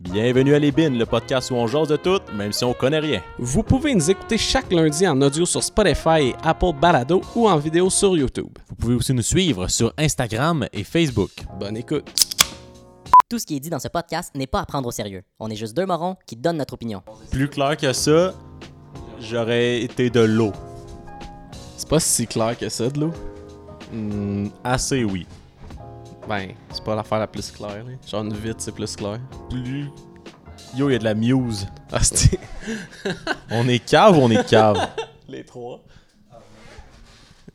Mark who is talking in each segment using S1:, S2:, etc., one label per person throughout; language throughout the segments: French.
S1: Bienvenue à Les Bines, le podcast où on jase de tout, même si on connaît rien.
S2: Vous pouvez nous écouter chaque lundi en audio sur Spotify et Apple Balado ou en vidéo sur YouTube.
S1: Vous pouvez aussi nous suivre sur Instagram et Facebook.
S2: Bonne écoute.
S3: Tout ce qui est dit dans ce podcast n'est pas à prendre au sérieux. On est juste deux morons qui donnent notre opinion.
S1: Plus clair que ça, j'aurais été de l'eau.
S2: C'est pas si clair que ça de l'eau.
S1: Hmm, assez oui.
S2: Ben, c'est pas l'affaire la plus claire. là. Genre une vitre, c'est plus clair.
S1: Plus... Yo, il y a de la muse.
S2: Ah, c'était
S1: On est cave ou on est cave?
S2: les trois.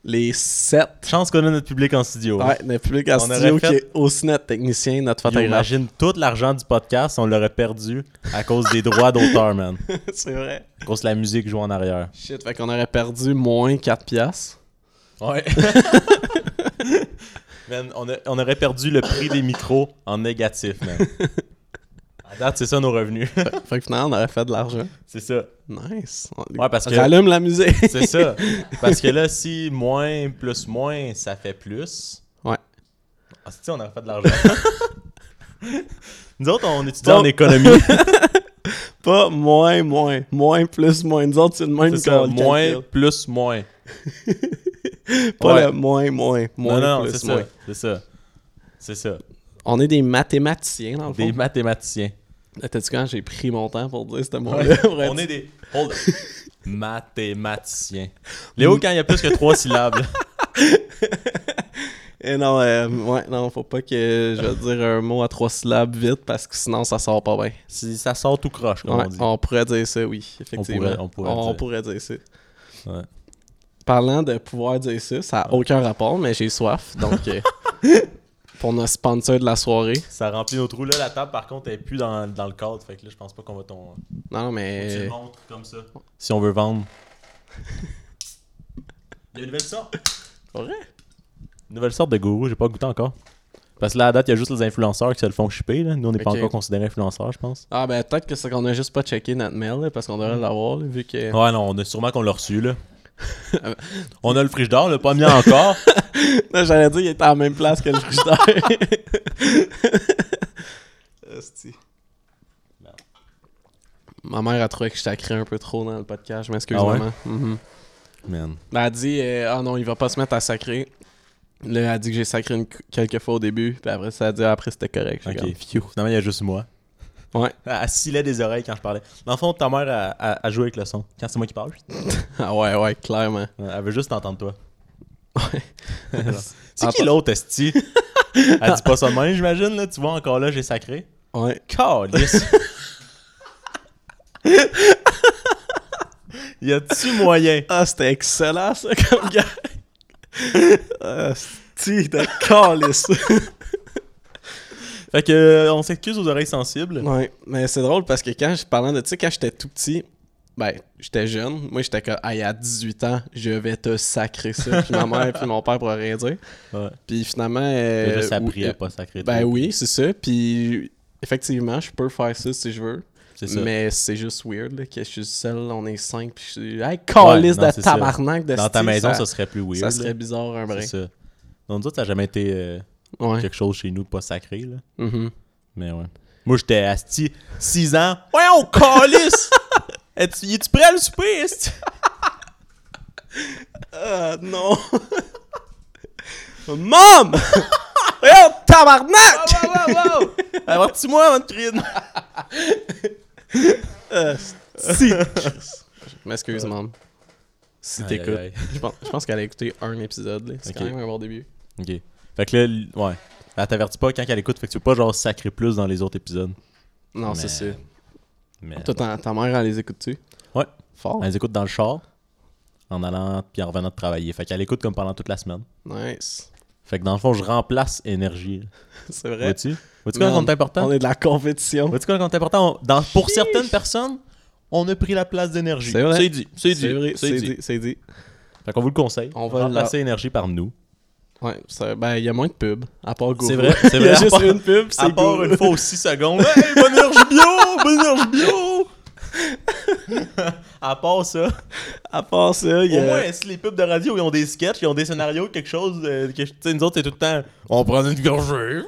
S2: Les sept.
S1: Chance qu'on a notre public en studio.
S2: Ouais, le public en
S1: On
S2: studio
S1: aurait fait-
S2: qui est aussi notre technicien, notre
S1: Yo,
S2: photographe.
S1: imagine tout l'argent du podcast, on l'aurait perdu à cause des droits d'auteur, man.
S2: c'est vrai.
S1: À cause de la musique jouée en arrière.
S2: Shit, fait qu'on aurait perdu moins 4 piastres.
S1: Ouais. man, on, a- on aurait perdu le prix des micros en négatif, man. À date, c'est ça nos revenus.
S2: fait que finalement, on aurait fait de l'argent.
S1: c'est ça.
S2: Nice. On-
S1: Ouais, parce que-
S2: Rallume la musique.
S1: C'est ça. Parce que là, si moins plus moins, ça fait plus.
S2: Ouais.
S1: Ah, c'est-tu, on aurait fait de l'argent. Nous autres, on étudie en
S2: Bon.
S1: économie.
S2: Pas moins, moins. Moins, plus, moins. Nous autres, c'est le même
S1: C'est ça.
S2: qu'on le
S1: Moins
S2: calcule.
S1: plus moins.
S2: Pas
S1: ouais.
S2: le moins, moins. Moins,
S1: non, non,
S2: plus,
S1: c'est
S2: moins.
S1: ça. C'est ça. C'est ça.
S2: On est des mathématiciens, dans le
S1: Des
S2: fond.
S1: mathématiciens.
S2: T'as-tu quand j'ai pris mon temps pour dire ce mot-là?
S1: on est des. Hold up. Mathématiciens. Léo, quand il y a plus que trois syllabes. là.
S2: Et non, euh, ouais, non, faut pas que je dire un mot à trois syllabes vite parce que sinon ça sort pas bien.
S1: Si ça sort tout croche, comme
S2: Ouais,
S1: on dit.
S2: on, pourrait dire ça, oui, effectivement.
S1: pourrait- on pourrait dire.
S2: dire ça.
S1: Ouais.
S2: Parlant de pouvoir dire ça, ça a aucun rapport, mais j'ai soif, donc euh, pour notre sponsor de la soirée.
S1: Ça remplit nos trous. Là, la table, par contre, elle est plus dans, dans le cadre. Fait que là, je pense pas qu'on va ton.
S2: Non, non,
S1: Tu
S2: mais
S1: le montres comme ça. Si on veut vendre. Il y a une nouvelle sorte.
S2: C'est vrai?
S1: Une nouvelle sorte de gourou, j'ai pas goûté encore. Parce que là, à date, il y a juste les influenceurs qui se le font chipper. Là. Nous, on n'est pas
S2: Ok.
S1: encore considérés influenceurs, je pense.
S2: Ah ben peut-être que c'est qu'on a juste pas checké notre mail là, parce qu'on devrait l'avoir là, vu que
S1: Ouais, non, on a sûrement qu'on l'a reçu, là. on a le frigidaire, on l'a pas mis encore.
S2: Là, J'allais dire, il était à la même place que le frigidaire. Asti. Ma mère a trouvé que je t'ai un peu trop dans le podcast. Je m'excuse,
S1: Ah ouais?
S2: maman. Mhm.
S1: Man.
S2: Ben, elle a dit, euh, ah non, il va pas se mettre à sacrer. Là, elle a dit que j'ai sacré une- quelques fois au début. Puis après, ça a dit, ah, après, c'était correct. J'ai
S1: Ok.
S2: comme, Phew.
S1: Finalement, il y a juste moi.
S2: Ouais.
S1: Elle scilait des oreilles quand je parlais. Dans le fond, ta mère a, a- a joué avec le son. Quand c'est moi qui parle,
S2: Ah ouais, ouais, clairement.
S1: elle veut juste entendre toi.
S2: Ouais.
S1: C'est
S2: Ah,
S1: qui l'autre, Esti Elle dit pas ça de même, j'imagine, là. Tu vois, encore là, j'ai sacré.
S2: Ouais.
S1: Calice. y a-tu moyen?
S2: Ah, c'était excellent, ça, comme gars. Asti, t'es calice.
S1: Fait que, euh, on s'excuse aux oreilles sensibles.
S2: Ouais, mais c'est drôle parce que quand je parlais de tu sais quand j'étais tout petit, ben j'étais jeune, moi j'étais comme hey, à 18 ans, je vais te sacrer ça, puis ma mère puis mon père pourraient rien dire.
S1: Ouais.
S2: Puis finalement
S1: J'ai
S2: euh,
S1: juste appris
S2: oui,
S1: à pas sacrer.
S2: Ben
S1: trop.
S2: oui, c'est ça, puis effectivement, je peux faire ça si je veux.
S1: C'est ça.
S2: Mais c'est juste weird là, que je suis seul, on est cinq, puis je suis hey
S1: Ouais,
S2: calice
S1: non,
S2: de
S1: c'est ça.
S2: tabarnak de
S1: Dans ta
S2: style,
S1: maison, ça
S2: ça,
S1: serait plus weird.
S2: ça serait
S1: là.
S2: bizarre un brin.
S1: C'est ça. Non, nous autres, ça n'a jamais été euh,
S2: Ouais.
S1: quelque chose chez nous de pas sacré, là.
S2: mhm.
S1: Mais ouais. Moi, j'étais asti 6 ans. Ouais, on calisse! Es-tu es-tu prêt à le souper, esti?
S2: Ah non. Mom! Regarde, tabarnak!
S1: Alors, tu moi avant de crier.
S2: Euh, Si. M'excuse, maman. Si
S1: Aïe,
S2: t'écoutes.
S1: aïe, aïe.
S2: Je pense, je pense qu'elle a écouté un épisode. là. C'est
S1: Ok.
S2: quand même un bon début.
S1: Ok. Fait que là, l- ouais. Elle t'avertit pas quand elle écoute, fait que tu veux pas genre sacrer plus dans les autres épisodes.
S2: Non,
S1: Mais-
S2: c'est ça.
S1: Mais.
S2: Ah, Toi, ta, ta mère, elle les écoute-tu?
S1: Ouais.
S2: Fort.
S1: Elle les écoute dans le char, en allant puis en revenant de travailler. Fait qu'elle écoute comme pendant toute la semaine.
S2: Nice.
S1: Fait que dans le fond, je remplace énergie.
S2: C'est vrai.
S1: Vois-tu? Vois-tu comment
S2: Man,
S1: on est important?
S2: On est de la compétition.
S1: Vois-tu comment on est important? On- dans- Pour certaines personnes, on a pris la place d'énergie.
S2: C'est vrai.
S1: C'est dit. C'est dit.
S2: C'est vrai,
S1: C'est dit.
S2: c'est dit.
S1: Fait qu'on vous le conseille.
S2: On va
S1: remplacer énergie par nous.
S2: Ouais, ça- ben, il y a moins de pubs, à part Gourou.
S1: C'est vrai, c'est
S2: Il y
S1: vrai,
S2: a
S1: à
S2: juste
S1: part-
S2: une pub,
S1: À
S2: c'est
S1: part
S2: Gourou.
S1: une fois aux 6 secondes. Hey, bonne énergie bio! Bonne énergie bio! À part ça,
S2: À part ça, il y
S1: au
S2: a.
S1: moins, si les pubs de radio, ils ont des sketchs, ils ont des scénarios, quelque chose, euh, que, tu sais, nous autres, c'est tout le temps, on prend une gorgée.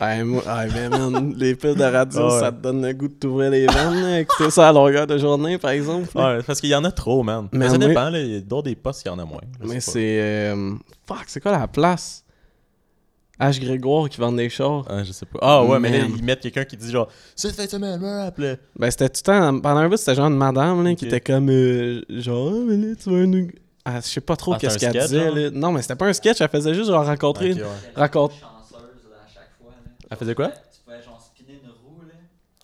S2: Hey, moi- hey, mais man, les pubs de radio,
S1: Ah ouais.
S2: ça te donne le goût de t'ouvrir les vannes. là, Écouter ça à longueur de journée, par exemple. là.
S1: Ouais, parce qu'il y en a trop, man.
S2: Mais
S1: Mais ça
S2: moi-
S1: dépend, là, il y a d'autres des postes, il y en a moins. Je
S2: Mais
S1: sais
S2: c'est. euh, Fuck, c'est quoi la place H. Grégoire qui vend des chars.
S1: pas. Ah, je sais pas. Ah ouais, mais là,
S2: Man.
S1: ils mettent quelqu'un qui dit genre, cette fin de semaine, me rappelle.
S2: Ben, c'était tout le temps. Pendant un bout, c'était genre une madame là, qui
S1: Ok.
S2: était comme. euh, genre, Ah, mais là, tu veux un. Ah, je sais pas trop
S1: Ah,
S2: qu'est-ce
S1: c'était un
S2: qu'elle
S1: sketch,
S2: disait.
S1: genre?
S2: là. Non, mais c'était pas un sketch, elle faisait juste genre rencontrer.
S1: Ok, ouais.
S2: Raconte.
S4: chanceuse là, à chaque fois. Là.
S1: Elle faisait quoi?
S4: Tu pouvais genre spinner une roue. Là.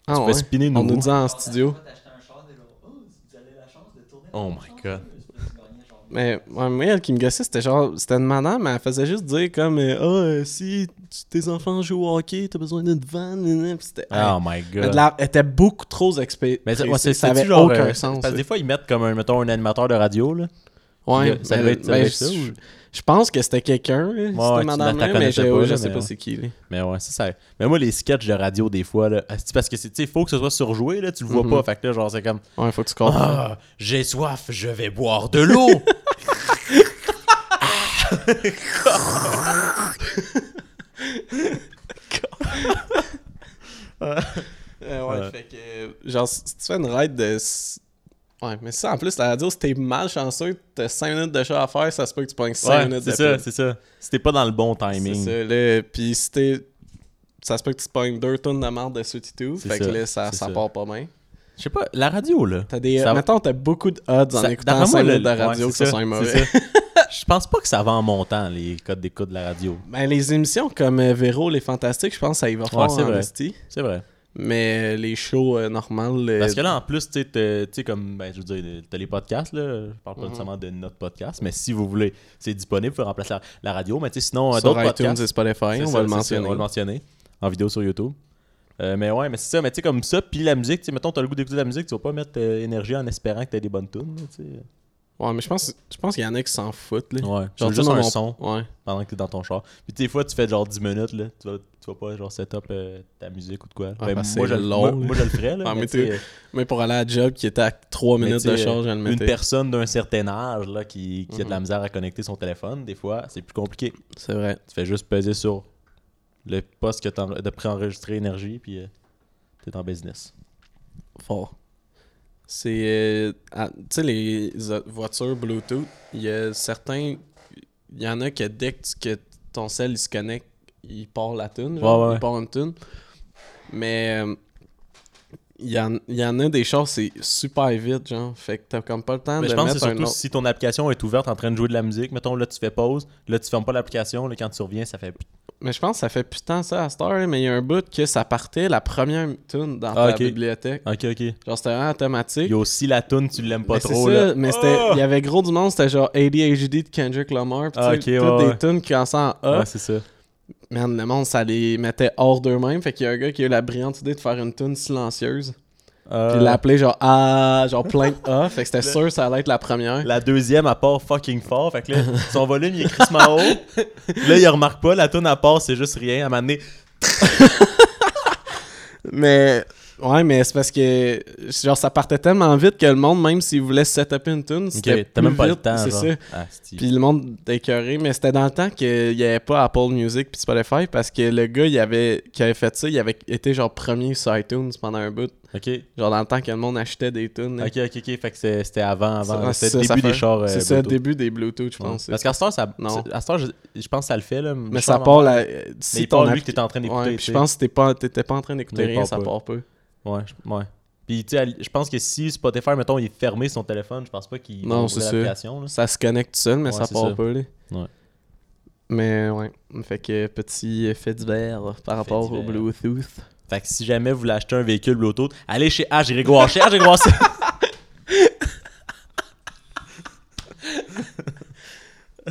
S2: Ah,
S1: Tu
S2: ouais.
S1: peux spinner une
S2: On nous
S1: roue.
S2: disait en
S4: Genre,
S2: studio.
S4: t'as- toi, t'achetais un char, t'es genre, oh, vous avez la chance de tourner.
S1: Oh
S4: dans
S1: my
S4: une
S1: God.
S4: chanceuse. Puis tu gagnais, genre,
S2: Mais ouais, moi, elle qui me gossait, c'était genre, c'était une madame, mais elle faisait juste dire comme, euh, ah, euh, si tu- tes enfants jouent au hockey, t'as besoin d'une vanne, nan, nan. Puis c'était.
S1: Oh my god.
S2: Elle, de la- elle était beaucoup trop expé.
S1: Mais c'est-
S2: précise,
S1: ouais, c'est
S2: ça
S1: c'est-tu
S2: avait
S1: genre,
S2: aucun
S1: euh,
S2: sens.
S1: Parce que
S2: là.
S1: des fois, ils mettent comme un, mettons, un animateur de radio, là.
S2: Ouais,
S1: ça
S2: mais-
S1: devait être- ça
S2: ben,
S1: devait être
S2: je-
S1: ça, ou-
S2: Je pense que c'était quelqu'un, là,
S1: ouais,
S2: cette
S1: tu-
S2: madame-là,
S1: t'en
S2: mais
S1: connaissais
S2: je,
S1: pas,
S2: je
S1: là,
S2: sais
S1: mais
S2: pas
S1: ouais.
S2: c'est qui. là.
S1: Mais ouais, ça, ça. Mais moi, les sketchs de radio, des fois, là, asti, parce que c'est, tu sais, faut que ce soit surjoué, là, tu le vois
S2: Mhm.
S1: pas. Fait que là, genre, c'est comme,
S2: Ouais, faut que tu comprennes.
S1: ah, j'ai soif, je vais boire de l'eau.
S2: Euh, ouais,
S1: Ouais.
S2: fait que, euh, genre, si si tu fais une ride de. s- Ouais, mais ça, en plus, la radio, si t'es malchanceux, t'as 5 minutes de chat à faire, ça se peut que tu pognes 5
S1: ouais,
S2: minutes
S1: c'est
S2: de
S1: ça,
S2: pub.
S1: c'est ça. C'était pas dans le bon
S2: C'est
S1: timing.
S2: ça, là. Puis si t'es. Ça se peut que tu pognes 2 tonnes de marde de Sweetie Tooth,
S1: C'est
S2: fait que
S1: ça,
S2: là, ça,
S1: c'est
S2: ça
S1: ça.
S2: part pas bien.
S1: Je sais pas, la radio, là.
S2: T'as des. euh,
S1: Ça-
S2: Mettons, t'as beaucoup de odds en
S1: ça-
S2: écoutant
S1: d'après
S2: 5
S1: moi, le-
S2: minutes de
S1: ouais,
S2: radio que
S1: c'est ça,
S2: ça soit
S1: c'est
S2: mauvais.
S1: Je pense pas que ça va en montant, les codes d'écoute de la radio.
S2: Ben, les émissions comme euh, Véro, Les Fantastiques, je pense que ça y va fort
S1: c'est
S2: en
S1: vrai.
S2: esti.
S1: C'est vrai.
S2: Mais euh, les shows euh, normales. euh,
S1: Parce que là, en plus, tu sais, t'es- tu sais, comme, ben, je veux dire, t'as les podcasts, là. Je
S2: Mhm.
S1: parle pas nécessairement de notre podcast, mais si vous voulez, c'est disponible, vous pouvez remplacer la, la radio. Mais tu sais, sinon, euh,
S2: sur
S1: d'autres
S2: iTunes
S1: podcasts.
S2: et Spotify,
S1: C'est
S2: on
S1: ça,
S2: va le
S1: c'est ça,
S2: mentionner.
S1: on va le mentionner en vidéo sur YouTube. Euh, mais ouais, mais c'est ça, mais tu sais, comme ça, puis la musique, tu sais, mettons, t'as le goût d'écouter de la musique, tu vas pas mettre euh, énergie en espérant que t'aies des bonnes tunes, là, tu sais.
S2: Ouais, mais je pense, je pense qu'il y en a qui s'en foutent. Là.
S1: Ouais, tu
S2: Genre,
S1: veux juste
S2: dans
S1: un
S2: mon-
S1: son
S2: Ouais.
S1: pendant que t'es dans ton char. Puis des fois, tu fais genre 10 minutes, là, tu vas, tu vas pas genre setup euh, ta musique ou de quoi.
S2: Ah,
S1: Ben,
S2: parce que
S1: moi,
S2: c'est
S1: je, le-
S2: long,
S1: moi,
S2: là.
S1: moi, je le ferais, là.
S2: Ah, mais
S1: tu sais,
S2: t'es-
S1: euh,
S2: Mais pour aller à la job qui était à 3
S1: mais
S2: minutes
S1: tu
S2: de
S1: sais,
S2: charge, je le
S1: Une
S2: mettais.
S1: personne d'un certain âge, là, qui, qui a de
S2: Mhm.
S1: la misère à connecter son téléphone, des fois, c'est plus compliqué.
S2: C'est vrai.
S1: Tu fais juste peser sur le poste que t'en- de préenregistrer énergie, puis euh, t'es en business.
S2: Fort. C'est. euh, à- tu sais, les o- voitures Bluetooth, il y a certains. Il y en a que dès que, tu- que ton cell il se connecte, il part la tune. genre,
S1: Ouais, ouais,
S2: Il
S1: ouais.
S2: part une tune. Mais. euh, Il y, en, il y en a des chars, c'est super vite, genre. Fait que t'as comme pas le temps
S1: Mais
S2: de
S1: je pense que
S2: Ah, ben, mettre
S1: c'est
S2: un
S1: surtout
S2: autre.
S1: si ton application est ouverte en train de jouer de la musique. Mettons, là, tu fais pause. Là, tu fermes pas l'application. Là, quand tu reviens, ça fait.
S2: Mais je pense que ça fait plus tant ça à cette heure, là, mais il y a un bout que ça partait la première tune dans
S1: Ah,
S2: ta
S1: ok.
S2: bibliothèque.
S1: Ok, ok.
S2: Genre, c'était vraiment automatique.
S1: Il y a aussi la tune, tu l'aimes pas
S2: mais
S1: trop.
S2: Ben, c'est ça,
S1: là.
S2: mais c'était-
S1: Ah!
S2: il y avait gros du monde, c'était genre ADHD de Kendrick Lamar. Pis
S1: Ah,
S2: tu sais,
S1: ok,
S2: toutes
S1: ouais,
S2: des
S1: ouais.
S2: tunes qui en sont en A.
S1: Ouais, c'est ça.
S2: Man, le monde, ça les mettait hors d'eux-mêmes. Fait qu'il y a un gars qui a eu la brillante idée de faire une tune silencieuse. Puis
S1: Euh,
S2: il l'a appelé genre Ah, genre plein de A. fait que c'était sûr que ça allait être la première.
S1: La deuxième, elle part fucking fort. Fait que là, son volume, il est crissement haut. Là, il remarque pas. La tune, elle part, c'est juste rien. À un moment donné,
S2: Mais ouais, mais c'est parce que genre ça partait tellement vite que le monde, même s'il voulait setuper une tune, c'était
S1: ok, t'as
S2: plus
S1: même pas le
S2: vite,
S1: temps.
S2: C'est
S1: genre.
S2: ça.
S1: Ah, c'est-
S2: Puis le monde était écœuré, mais c'était dans le temps qu'il n'y avait pas Apple Music puis Spotify parce que le gars il avait, qui avait fait ça, il avait été genre premier sur iTunes pendant un bout.
S1: Ok,
S2: Genre dans le temps que le monde achetait des tunes. là.
S1: ok, ok, ok. Fait que c'est- c'était avant, avant.
S2: Ouais,
S1: C'était le début
S2: ça, ça
S1: des
S2: fait-
S1: chars. euh,
S2: C'est ça, le
S1: Bluetooth.
S2: début des Bluetooth, je
S1: Ouais.
S2: pense.
S1: Parce qu'à cette heure, ça-
S2: Non.
S1: à cette heure, je, je pense que ça le fait. Là,
S2: mais
S1: Je
S2: ça
S1: pense-
S2: part la. Si
S1: Mais il
S2: ton
S1: part lui
S2: appli-
S1: que t'es en train d'écouter.
S2: Ouais, puis
S1: tu
S2: je
S1: sais.
S2: pense que t'es pas, t'étais pas en train d'écouter
S1: Il
S2: rien,
S1: part
S2: ça
S1: pas.
S2: part peu.
S1: Ouais, je- ouais. Puis, tu sais, elle- je pense que si Spotify, mettons, il est fermé son téléphone, je pense pas qu'il
S2: Non,
S1: va
S2: c'est
S1: ouvrir
S2: sûr.
S1: l'application. là.
S2: Ça se connecte tout seul, mais
S1: Ouais,
S2: ça
S1: c'est
S2: part
S1: ça.
S2: pas, là.
S1: Ouais.
S2: Mais ouais. Fait que petit fait divers par rapport au
S1: divers.
S2: Bluetooth.
S1: Fait que si jamais vous voulez acheter un véhicule Bluetooth, allez chez H. Grégoire. Chez H. Grégoire, c'est-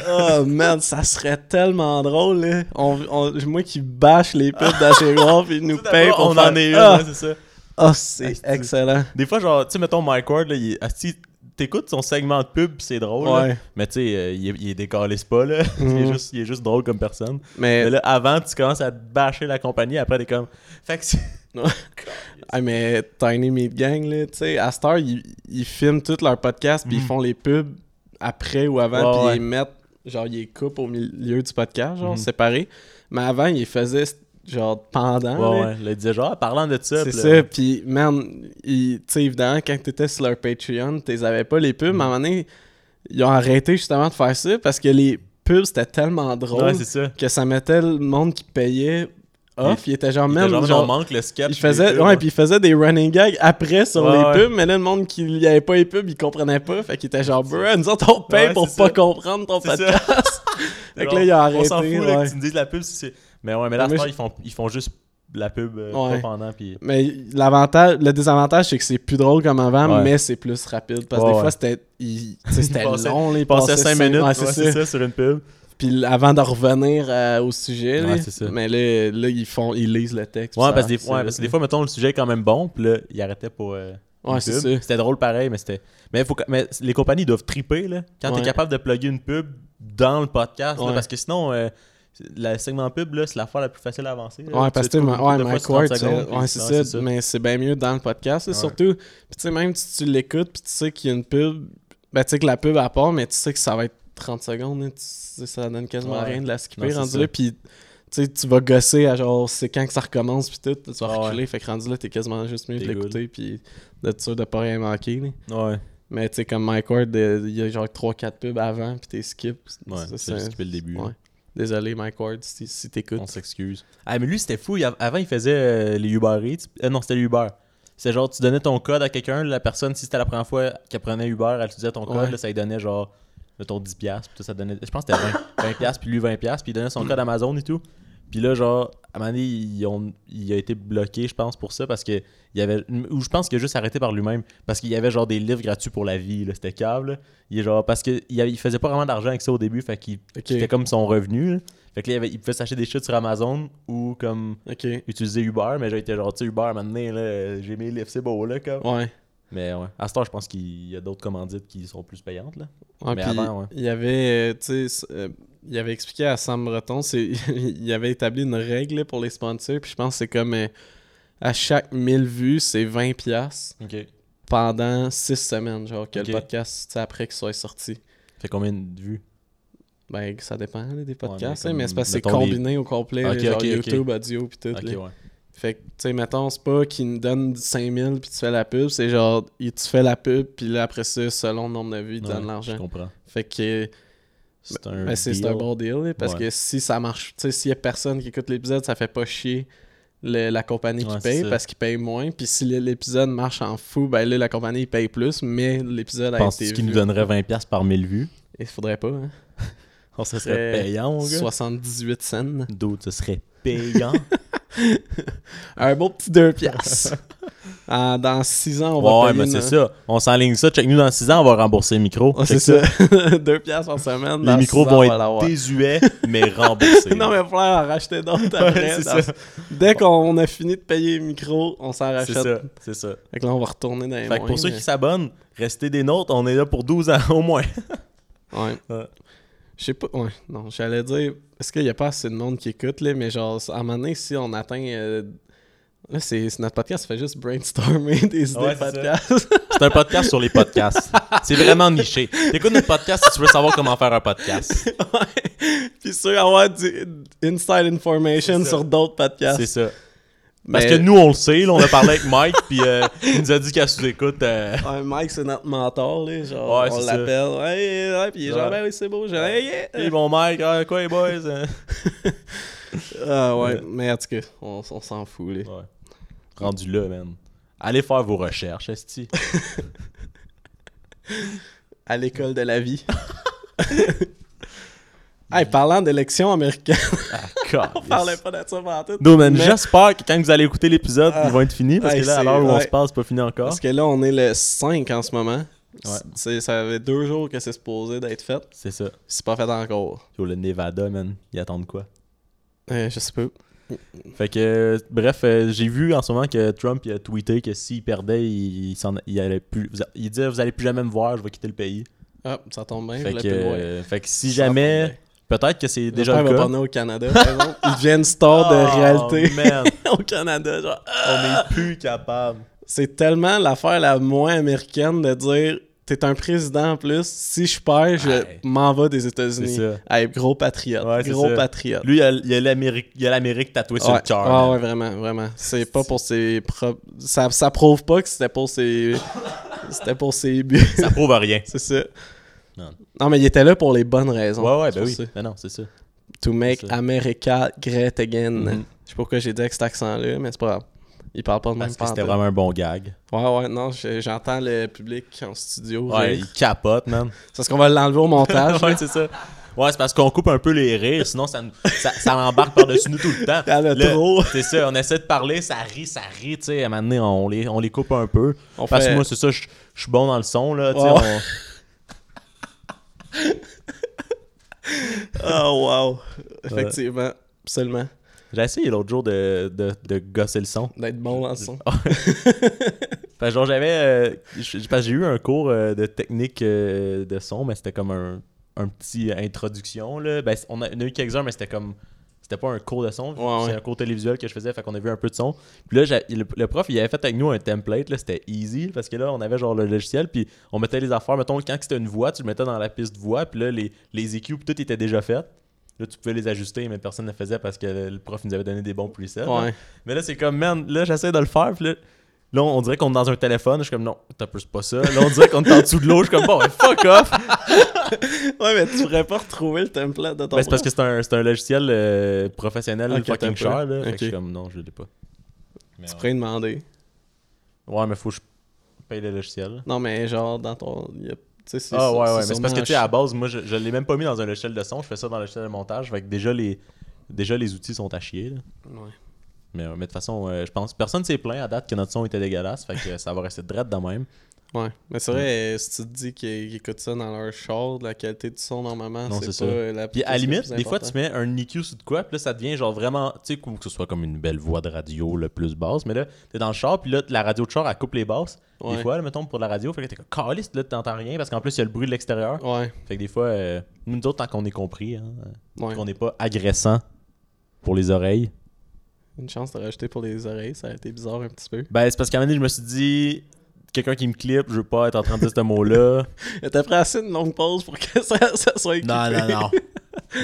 S2: Oh man, ça serait tellement drôle. Là. On, on- moi qui bâche les pubs d'Achégoire puis ils nous paye pour
S1: on
S2: faire-
S1: en est une,
S2: Ah,
S1: hein, c'est ça.
S2: ah, c'est excellent.
S1: Des fois, genre, tu sais, mettons, Mike Ward, là, il est assis- t'écoutes son segment de pub, pis c'est drôle. là.
S2: Ouais.
S1: Mais tu sais, euh, il, est- il est décalisse pas, là. il, est
S2: Mhm. Eh.
S1: juste, il est juste drôle comme personne.
S2: Mais,
S1: Mais là, avant, tu commences à te bâcher la compagnie, après, t'es comme. Fait que c'est-
S2: ah, mais Tiny Meat Gang, là, tu sais, à cette heure, ils, ils filment tous leurs podcasts, puis
S1: Mm.
S2: ils font les pubs après ou avant,
S1: Ouais,
S2: puis
S1: ouais.
S2: ils les mettent, genre, ils les coupent au milieu du podcast, genre,
S1: Mhm.
S2: séparés. Mais avant, ils les faisaient, genre, pendant. là.
S1: Ouais, ouais. Là, il disait genre, Ah, parlant de ça.
S2: C'est
S1: pis
S2: ça,
S1: là-
S2: puis man, ils- tu sais, évidemment, quand t'étais sur leur Patreon, t'es avais pas les
S1: Mm.
S2: pubs, mais à un moment donné, ils ont arrêté justement de faire ça parce que les pubs, c'était tellement drôle
S1: Ouais, c'est ça.
S2: que ça mettait le monde qui payait off, il, était genre
S1: Il
S2: même,
S1: était genre,
S2: genre,
S1: on manque le sketch.
S2: il
S1: des
S2: faisait,
S1: pubs,
S2: ouais, puis il faisait des running gags après sur
S1: Ouais,
S2: les
S1: ouais.
S2: pubs, mais là, le monde qui n'y avait pas les pubs, il comprenait pas, fait qu'il était genre, bruh, nous autres, on paye
S1: Ouais,
S2: pour
S1: c'est
S2: pas
S1: ça.
S2: comprendre ton
S1: C'est
S2: podcast.
S1: ça.
S2: Fait que là, il a
S1: On s'en
S2: arrêté,
S1: fout là,
S2: ouais.
S1: que tu me dises la pub si c'est. Mais ouais, mais là, à
S2: Mais
S1: ce
S2: je-
S1: ils font, ils font juste la pub euh,
S2: Ouais.
S1: pas pendant. Puis...
S2: Mais l'avantage, le désavantage, c'est que c'est plus drôle comme avant,
S1: Ouais.
S2: mais c'est plus rapide. Parce que
S1: Ouais,
S2: des
S1: ouais.
S2: fois, c'était il- tu sais, c'était
S1: passait-
S2: long. là, il
S1: Ils passaient 5
S2: cinq-
S1: minutes,
S2: ouais,
S1: ouais,
S2: c'est
S1: c'est ça,
S2: ça.
S1: sur une pub.
S2: Puis avant de revenir euh, au sujet,
S1: Ouais,
S2: là,
S1: c'est ça.
S2: mais là, là, ils, font, ils lisent le texte.
S1: Ouais,
S2: ça-
S1: parce, que des,
S2: c'est
S1: ouais,
S2: là,
S1: parce que
S2: là.
S1: des fois, mettons, le sujet est quand même bon, puis là, il arrêtait pour. euh,
S2: Ouais,
S1: une
S2: c'est
S1: pub.
S2: ça.
S1: C'était drôle pareil, mais c'était. Mais, faut que- mais les compagnies doivent triper, là. Quand
S2: Ouais.
S1: t'es capable de plugger une pub dans le podcast, là,
S2: Ouais.
S1: parce que sinon, euh, le segment pub, là, c'est l'affaire la plus facile à avancer. là.
S2: Ouais,
S1: Euh, Tu
S2: parce que
S1: sais, tu coupes
S2: ma-
S1: une couple
S2: ouais,
S1: de fois
S2: Mike
S1: sur 30
S2: Ward,
S1: secondes,
S2: c'est-
S1: puis
S2: ouais,
S1: sinon,
S2: c'est ça, mais c'est bien mieux dans le podcast, là,
S1: Ouais.
S2: surtout. Puis tu sais, même si tu l'écoutes, puis tu sais qu'il y a une pub, ben tu sais que la pub à part, mais tu sais que ça va être 30 secondes, hein, tu sais, ça donne quasiment
S1: Ouais.
S2: rien de la skipper,
S1: Non, c'est
S2: rendu
S1: ça.
S2: là, puis tu sais, tu vas gosser à genre, c'est quand que ça recommence, puis tout, tu vas
S1: Ah ouais.
S2: reculer, fait que rendu là, t'es quasiment juste mieux de
S1: T'es
S2: l'écouter, puis d'être sûr de pas rien manquer, là.
S1: Ouais,
S2: Mais tu sais, comme Mike Ward, euh, il y a genre 3-4 pubs avant, puis t'es skip.
S1: ouais,
S2: Ça,
S1: c'est
S2: c'est-
S1: juste skipper le début. là.
S2: Ouais. Désolé, Mike Ward, si, si
S1: On
S2: t'écoutes.
S1: s'excuse. Ah, mais lui, c'était fou. Il av- avant, il faisait euh, les Uber Eats. Euh, non, c'était les Uber. C'est genre, tu donnais ton code à quelqu'un, la personne, si c'était la première fois qu'elle prenait Uber, elle te disait ton code,
S2: Ouais.
S1: là, ça lui donnait genre, mettons 10$, puis tout, ça donnait, je pense que c'était 20$, 20 piastres, puis lui 20$, piastres, puis il donnait son code Amazon et tout. Puis là, genre, à un moment donné, ils ont- il a été bloqué, je pense, pour ça, parce que il y avait, ou je pense qu'il a juste arrêté par lui-même, parce qu'il y avait genre des livres gratuits pour la vie, là, c'était câble. Il est genre, parce qu'il il faisait pas vraiment d'argent avec ça au début, fait qu'il
S2: Ok.
S1: c'était comme son revenu. là. Fait que là, il, avait- il pouvait s'acheter des shit sur Amazon ou comme
S2: Ok.
S1: utiliser Uber, mais j'ai été genre, tu sais, Uber, maintenant, là, euh, j'ai mes livres, c'est beau, là, comme.
S2: Ouais.
S1: Mais ouais, à ce temps, je pense qu'il y a d'autres commandites qui sont plus payantes, là.
S2: Ouais,
S1: Mais
S2: puis
S1: avant, ouais.
S2: Il avait, euh, tu sais, s- euh, il avait expliqué à Sam Breton, c'est, il avait établi une règle là, pour les sponsors, puis je pense que c'est comme euh, à chaque 1000 vues, c'est 20 pièces
S1: OK.
S2: pendant 6 semaines, genre que
S1: Ok.
S2: le podcast, tu sais, après qu'il soit sorti.
S1: Fait combien de vues
S2: Ben, ça dépend là, des podcasts,
S1: mais
S2: hein, mais,
S1: comme,
S2: c'est parce que c'est
S1: mettons, les-
S2: combiné au complet,
S1: Ok,
S2: là, genre
S1: ok, ok.
S2: YouTube, audio, puis tout.
S1: Ok,
S2: là.
S1: ouais.
S2: Fait que, tu sais, mettons, c'est pas qu'il nous donne 5000 puis tu fais la pub, c'est genre, il- tu fais la pub, puis là, après ça, selon le nombre de vues, il te
S1: Ouais,
S2: donne
S1: Je
S2: l'argent.
S1: comprends.
S2: Fait que.
S1: C'est un.
S2: Ben, c'est c'est un
S1: deal.
S2: bon deal, là, parce
S1: Ouais.
S2: que si ça marche, tu sais, s'il y a personne qui écoute l'épisode, ça fait pas chier le- la compagnie qui
S1: Ouais, c'est
S2: paye
S1: ça.
S2: parce qu'ils payent moins. Puis si l- l'épisode marche en fou, ben là, la compagnie paye plus, mais l'épisode a été.
S1: Penses-tu qu'il
S2: vu.
S1: nous donnerait 20$ par 1000 vues
S2: Il faudrait pas, hein.
S1: Oh, ça
S2: serait
S1: serait payant, mon gars.
S2: 78 cents.
S1: D'autres, ce serait payant.
S2: Un beau petit 2 piastres. Ah, dans 6 ans, on va
S1: ouais,
S2: payer.
S1: mais c'est
S2: une-
S1: ça. On s'enligne ça. Check nous dans 6 ans, on va rembourser le micro.
S2: Ah,
S1: Check
S2: c'est ça. 2 piastres par semaine.
S1: Les
S2: dans
S1: micros
S2: six ans,
S1: vont
S2: on va l'avoir.
S1: être désuets, mais remboursés.
S2: Non, mais il va falloir en racheter d'autres après.
S1: c'est
S2: dans-
S1: ça.
S2: Dès qu'on a fini de payer le micro, on s'en
S1: C'est
S2: rachète.
S1: ça, c'est ça.
S2: Fait que là, on va retourner dans les
S1: Fait que pour
S2: moyens,
S1: ceux
S2: mais-
S1: qui s'abonnent, restez des nôtres, on est là pour 12 ans au moins.
S2: Ouais.
S1: Ouais.
S2: Je sais pas. Ouais, non, j'allais dire. Est-ce qu'il y a pas assez de monde qui écoute, là? Mais genre, à un moment donné, si on atteint. euh, là, c'est c'est notre podcast, ça fait juste brainstormer des idées
S1: Ouais, c'est
S2: de
S1: ça.
S2: podcast.
S1: C'est un podcast sur les podcasts. C'est vraiment niché. T'écoutes notre podcast si tu veux savoir comment faire un podcast.
S2: ouais. Puis sûr, avoir du inside information
S1: C'est ça.
S2: sur d'autres podcasts.
S1: C'est ça. Parce
S2: Mais-
S1: que nous, on le sait, là, on a parlé avec Mike, puis euh, il nous a dit qu'à sous-écoute. euh,
S2: Ouais, Mike, c'est notre mentor, là. Genre,
S1: Ouais,
S2: on
S1: c'est ça.
S2: l'appelle. Ouais, ouais, puis il est genre,
S1: Ouais.
S2: ben oui, c'est beau. Genre, hey, yeah.
S1: Hey, bon Mike, ah, quoi les boys? euh?
S2: Ah, ouais, mais en tout cas, on, on s'en fout, là.
S1: Ouais. Rendu là, man. Allez faire vos recherches, Esti.
S2: À l'école de la vie. hey, parlant d'élections américaines.
S1: Ah, God,
S2: On parlait pas de ça pendant tout.
S1: No, man,
S2: Mais-
S1: j'espère que quand vous allez écouter l'épisode,
S2: Ah.
S1: ils vont être finis, parce
S2: Hey,
S1: que là, à
S2: c'est-
S1: l'heure où on
S2: ouais.
S1: se parle, c'est pas fini encore.
S2: Parce que là, on est le 5 en ce moment.
S1: Ouais.
S2: C'est- Ça fait deux jours que c'est supposé d'être fait.
S1: C'est ça.
S2: C'est pas fait encore.
S1: Yo, le Nevada, man, ils attendent quoi?
S2: Euh, je sais pas.
S1: Fait que, euh, bref, euh, j'ai vu en ce moment que Trump il a tweeté que s'il perdait, il, il s'en- il allait plus. vous a- Il disait Vous allez plus jamais me voir, je vais quitter le pays.
S2: Ah, ça tombe bien.
S1: fait,
S2: là,
S1: que,
S2: puis ouais.
S1: euh, fait que si
S2: Ça tombe
S1: jamais.
S2: bien.
S1: Peut-être que c'est
S2: Déjà,
S1: déjà
S2: il
S1: le
S2: va pas
S1: cas. Oh,
S2: venir au Canada, par exemple. Il devient une star de réalité
S1: man,
S2: au Canada. Genre, ah!
S1: on est plus capable.
S2: C'est tellement l'affaire la moins américaine de dire t'es un président en plus, si je perds, je
S1: Ouais.
S2: m'en vais des
S1: C'est
S2: États-Unis.
S1: ça.
S2: Hey, gros patriote,
S1: Ouais, c'est
S2: gros
S1: ça.
S2: patriote.
S1: Lui, il a- il a l'Amérique il a l'Amérique tatouée sur
S2: ouais.
S1: le cœur.
S2: Ah
S1: man.
S2: ouais, vraiment, vraiment. C'est pas pour ses propres. Ça, ça prouve pas que c'était pour ses. c'était pour ses buts.
S1: Ça prouve à rien.
S2: c'est ça.
S1: Non.
S2: Non, mais il était là pour les bonnes raisons.
S1: Ouais, ouais,
S2: C'est
S1: ben
S2: pour
S1: oui.
S2: ça.
S1: Ben non, c'est ça.
S2: To make
S1: C'est ça.
S2: America great again.
S1: Mhm.
S2: Je sais pas pourquoi j'ai dit avec cet accent-là, mais c'est pas grave. Il parle pas de même
S1: Parce que
S2: pas
S1: c'était vraiment un bon gag.
S2: Ouais, ouais, non, j'ai- j'entends le public en studio.
S1: Ouais,
S2: rire.
S1: il capote, man.
S2: C'est ce qu'on va l'enlever au montage.
S1: ouais, c'est ça. Ouais, c'est parce qu'on coupe un peu les rires, sinon ça, nous- ça, ça embarque par-dessus nous tout le temps.
S2: Il y en a
S1: Là,
S2: trop.
S1: C'est ça, on essaie de parler, ça rit, ça rit, tu sais. À un moment donné, on les, on les coupe un peu.
S2: On
S1: parce
S2: fait-
S1: que moi, c'est ça, je je suis bon dans le son, là, tu sais.
S2: Ouais.
S1: on-
S2: Oh, wow. Effectivement. Absolument.
S1: J'ai essayé l'autre jour de, de, de gosser le son.
S2: D'être bon dans le son.
S1: Ah Parce que genre, j'avais. euh, je- parce que j'ai eu un cours euh, de technique euh, de son, mais c'était comme un, un petit introduction, là. Ben, on a, on a eu quelques-uns, mais c'était comme. C'était pas un cours de son,
S2: Ouais,
S1: c'est
S2: ouais.
S1: un cours télévisuel que je faisais, fait qu'on a vu un peu de son. Puis là, j'a- le, le prof, il avait fait avec nous un template, là, c'était easy, parce que là, on avait genre le logiciel, puis on mettait les affaires, mettons, quand c'était une voix, tu le mettais dans la piste voix, puis là, les, les EQ, puis tout était déjà fait. Là, tu pouvais les ajuster, mais personne ne le faisait parce que le prof nous avait donné des bons presets. là.
S2: Ouais.
S1: Mais là, c'est comme, man, là, j'essaie de le faire. Puis là, là, on dirait qu'on est dans un téléphone. Je suis comme, non, t'as plus pas ça. Là, on dirait qu'on est en dessous de l'eau. Je suis comme, bon, ben, fuck off.
S2: ouais, mais tu pourrais pas retrouver le template de ton.
S1: Ben, c'est parce que c'est un, c'est un logiciel euh, professionnel
S2: Ok, t'as
S1: fucking
S2: Ah, un peu.
S1: cher. Là, Fait que
S2: Ok.
S1: je suis comme, non, je l'ai pas.
S2: Tu pourrais demander.
S1: Ouais, mais faut que je paye le logiciel.
S2: Non, mais genre, dans ton. il y a- tu sais, c'est-
S1: Ah ouais, ouais, mais
S2: sûrement
S1: c'est parce que tu sais,
S2: un
S1: à la base, moi, je, je l'ai même pas mis dans un logiciel de son. Je fais ça dans le logiciel de montage. Fait que déjà, les, déjà, les outils sont à chier. là.
S2: ch- Ouais.
S1: Mais, euh, mais de toute façon, euh, je pense, personne s'est plaint à date que notre son était dégueulasse. Fait que euh, ça va rester drette dans même.
S2: Ouais. Mais c'est vrai, euh, si tu te dis qu'ils qu'ils écoutent ça dans leur char, la qualité du son, normalement,
S1: Non,
S2: c'est
S1: c'est ça.
S2: pas euh, la
S1: Puis à la limite, des fois, tu mets un EQ sur de quoi, puis là, ça devient genre vraiment, tu sais, que que ce soit comme une belle voix de radio, le plus basse, mais là, t'es dans le char, puis là, la radio de char, elle coupe les basses.
S2: Ouais.
S1: Des fois, là, mettons, pour la radio, fait que t'es comme caliste, là, t'entends rien, parce qu'en plus, il y a le bruit de l'extérieur.
S2: Ouais.
S1: Fait que des fois, euh, nous nous autres, tant qu'on est compris, hein, euh,
S2: Ouais.
S1: qu'on n'est pas agressant pour les oreilles,
S2: Une chance de rajouter pour les oreilles, ça a été bizarre un petit peu.
S1: ben, c'est parce qu'à un moment donné, je me suis dit, quelqu'un qui me clip, je veux pas être en train de dire ce mot-là.
S2: T'as pris assez une longue pause pour que ça, ça soit équipé.
S1: non, non, non.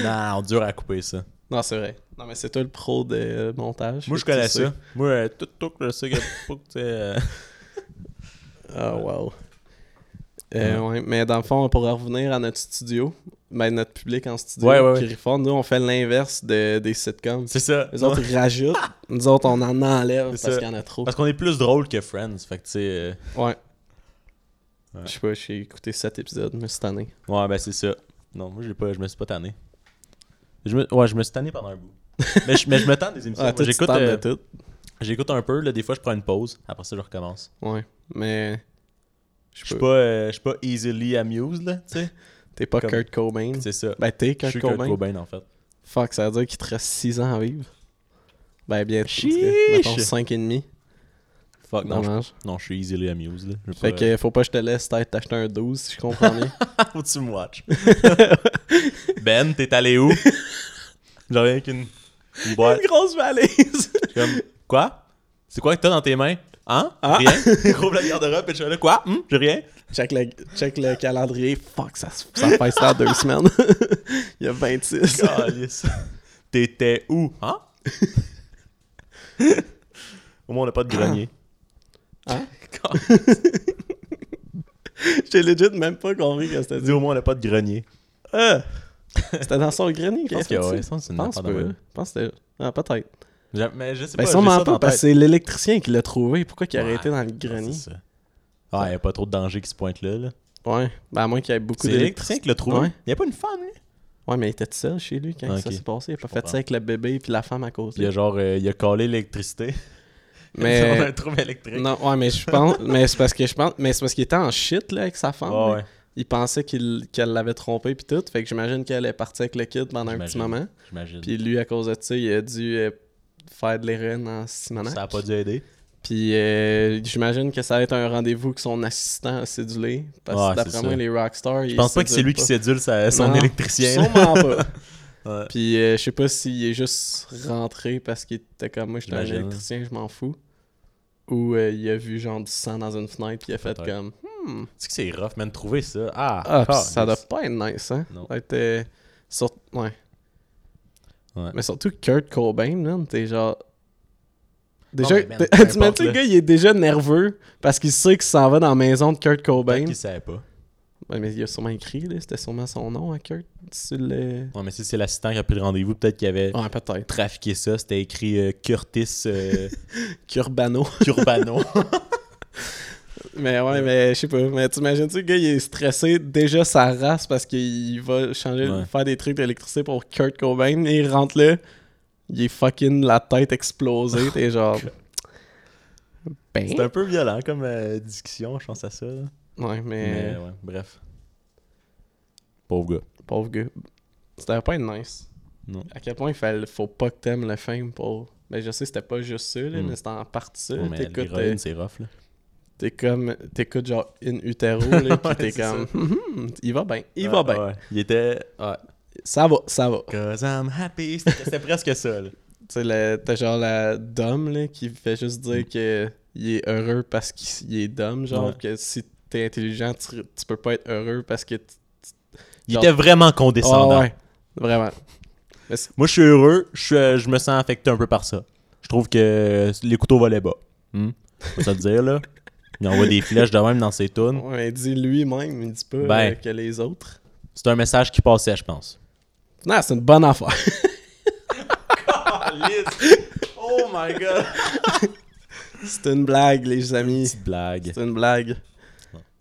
S1: Non, on dure à couper ça.
S2: Non, c'est vrai. Non, mais c'est toi le pro de euh, montage.
S1: Moi, je
S2: Fait que tu
S1: connais
S2: sais.
S1: ça. Moi, euh, tout, tout, je sais que pas que tu sais, euh,
S2: Ah, wow. Euh, ouais, mais dans le fond, pour en revenir à notre studio, ben, notre public en studio,
S1: Ouais, ouais, ouais.
S2: qui réforme, nous, on fait l'inverse de, des sitcoms.
S1: C'est ça.
S2: Les autres, ils rajoutent. Nous autres, on en enlève
S1: C'est
S2: parce
S1: ça.
S2: qu'il y en a trop.
S1: Parce qu'on est plus drôle que Friends. Fait que tu sais. euh,
S2: Ouais.
S1: Ouais.
S2: Je sais pas, j'ai écouté cet épisode, mais cette année.
S1: Ouais, ben c'est ça. Non, moi, j'ai pas, je me suis pas tanné. Je me, ouais, je me suis tanné pendant un bout. mais, je, mais je me tente des émissions.
S2: Ah,
S1: Moi,
S2: toi, tu
S1: j'écoute,
S2: t'en
S1: euh,
S2: de tout.
S1: j'écoute un peu. Là, des fois, je prends une pause. Après ça, je recommence.
S2: Ouais, mais. Je
S1: Je suis
S2: sais
S1: pas,
S2: pas.
S1: euh, je suis pas easily amused, là. Tu sais.
S2: T'es pas
S1: comme-
S2: Kurt Cobain.
S1: C'est ça.
S2: Ben, t'es
S1: je
S2: Kurt
S1: suis Kurt
S2: Cobain.
S1: Cobain, en fait.
S2: Fuck, ça veut dire qu'il te reste 6 ans à vivre. Ben, bien. en tout cas,
S1: Chiche.
S2: Mettons 5 et demi.
S1: Fuck, non, je,
S2: Dommage.
S1: non, je suis easily amused, là. Je veux
S2: Fait
S1: pas-
S2: que faut pas que je te laisse peut-être t'acheter un 12 si je comprends bien.
S1: Faut que tu me watch. ben, t'es allé où? J'en reviens qu'une une boîte.
S2: grosse valise.
S1: comme quoi c'est quoi que t'as dans tes mains hein
S2: Ah.
S1: rien rouvre la garde-robe et je suis là quoi Hum? j'ai rien
S2: check, le, check le calendrier. Fuck, ça, se- ça fait ça en deux semaines. Il y a 26.
S1: Calice. t'étais où hein au moins on n'a pas de grenier Ah.
S2: Hein?
S1: Calice.
S2: J'ai legit même pas compris que c'était
S1: T'as dit au moins on n'a pas de grenier
S2: Ah! C'était dans son grenier qu'il
S1: pense
S2: a fait
S1: que
S2: ça.
S1: ouais, je pense que c'est une
S2: pense
S1: affaire
S2: pas.
S1: de même.
S2: Je pense que c'était... Ah, peut-être.
S1: J'a- mais je sais
S2: Ben,
S1: pas
S2: sûrement pas, parce que c'est l'électricien qui l'a trouvé. Pourquoi qu'il aurait été dans le grenier?
S1: ah il y a pas trop de danger qui se pointe là, là.
S2: Ouais, ben à moins qu'il y ait beaucoup
S1: c'est l'électricien
S2: d'électricien.
S1: qui l'a trouvé
S2: Ouais.
S1: il y a pas une femme lui
S2: Ouais, mais il était tout seul chez lui quand
S1: Ah,
S2: ça
S1: ok.
S2: s'est passé. Il a pas
S1: Je
S2: fait
S1: comprends.
S2: ça avec le bébé puis la femme à cause.
S1: il a genre euh, il a collé l'électricité on a
S2: Mais
S1: un trouble électrique
S2: non, ouais, mais je pense, mais c'est parce que je pense, mais c'est parce qu'il était en shit là avec sa femme.
S1: Ouais,
S2: là.
S1: ouais
S2: Il pensait qu'il qu'elle l'avait trompé puis tout, fait que j'imagine qu'elle est partie avec le kid pendant un petit
S1: J'imagine.
S2: moment.
S1: j'imagine
S2: Puis lui à cause de ça, il a dû euh, faire de l'héroïne en Simonac.
S1: Ça a pas dû aider.
S2: Puis euh, j'imagine que ça va être un rendez-vous que son assistant a cédulé. Parce
S1: Ouais,
S2: que
S1: c'est
S2: d'après moi,
S1: ça.
S2: les rockstars.
S1: Je pense pas que c'est lui qui sédule sa- son
S2: Non.
S1: électricien. là.
S2: Sûrement pas.
S1: Ouais.
S2: Puis euh, je sais pas s'il est juste rentré parce qu'il était comme moi, j'étais un
S1: J'imagine, hein.
S2: électricien, je m'en fous. Ou euh, il a vu genre du sang dans une fenêtre, puis il a fait
S1: Peut-être.
S2: comme.
S1: Tu sais que c'est rough, man, de trouver ça. Ah,
S2: Ah, puis
S1: ah,
S2: ça doit
S1: yes.
S2: pas être nice, hein?
S1: Non.
S2: Ça doit être, euh, sur- ouais.
S1: Ouais.
S2: Mais surtout Kurt Cobain, man, t'es genre. Déjà,
S1: mais man,
S2: t'es-
S1: peu
S2: tu
S1: importe,
S2: m'as dit, le
S1: là.
S2: gars, il est déjà nerveux parce qu'il sait qu'il s'en va dans la maison de Kurt Cobain.
S1: Peut-être qu'il savait pas.
S2: Ouais, mais il a sûrement écrit, là, c'était sûrement son nom, hein, Kurt. Sur le...
S1: Ouais, mais si c'est l'assistant qui a pris le rendez-vous, peut-être qu'il avait
S2: Ouais, peut-être.
S1: trafiqué ça. C'était écrit euh, Curtis euh,
S2: Curbano.
S1: Curbano.
S2: Mais ouais, mais je sais pas. Mais t'imagines-tu, le gars, il est stressé déjà sa race parce qu'il va changer,
S1: Ouais.
S2: faire des trucs d'électricité pour Kurt Cobain. Et il rentre là, il est fucking la tête explosée. T'es genre. Ben.
S1: c'est un peu violent comme euh, discussion, je pense à ça. là.
S2: Ouais, mais.
S1: Mais ouais, bref. Pauvre gars.
S2: Pauvre gars. C'était pas être nice.
S1: Non.
S2: À quel point il fallait, faut pas que t'aimes le fame pour. Ben, je sais, c'était pas juste ça, là,
S1: Mm.
S2: mais c'était en partie ça.
S1: Ouais, mais
S2: T'écoutes,
S1: l'héroïne,
S2: euh,
S1: c'est rough, là.
S2: t'es comme. T'écoutes genre In Utero, là, pis
S1: Ouais,
S2: t'es
S1: c'est
S2: comme. Hum, hum, il va bien. Il
S1: Ouais,
S2: va bien.
S1: Ah, ouais. Il était...
S2: Ça va, ça va.
S1: Cause I'm happy. C'était c'était presque ça, là.
S2: Tu sais, le- t'as genre la dame là, qui fait juste dire que il est heureux parce qu'il il est dumb, genre
S1: Mm. Ouais.
S2: que si t'es intelligent, tu, tu peux pas être heureux parce que. t-
S1: Il
S2: Genre-
S1: était vraiment
S2: Ah
S1: condescendant.
S2: ouais, vraiment.
S1: Moi, je suis heureux. Je, suis, euh, je me sens affecté un peu par ça. Je trouve que les couteaux volaient bas. Hmm? Faut se le dire, là. Il envoie des flèches de même dans ses tunes.
S2: Ouais, il dit lui-même, il dit pas
S1: Ben.
S2: euh, que les autres.
S1: C'est un message qui passait, je pense.
S2: Non, c'est une bonne affaire.
S1: oh my god!
S2: c'est une blague, les amis.
S1: Petite blague.
S2: C'est une blague.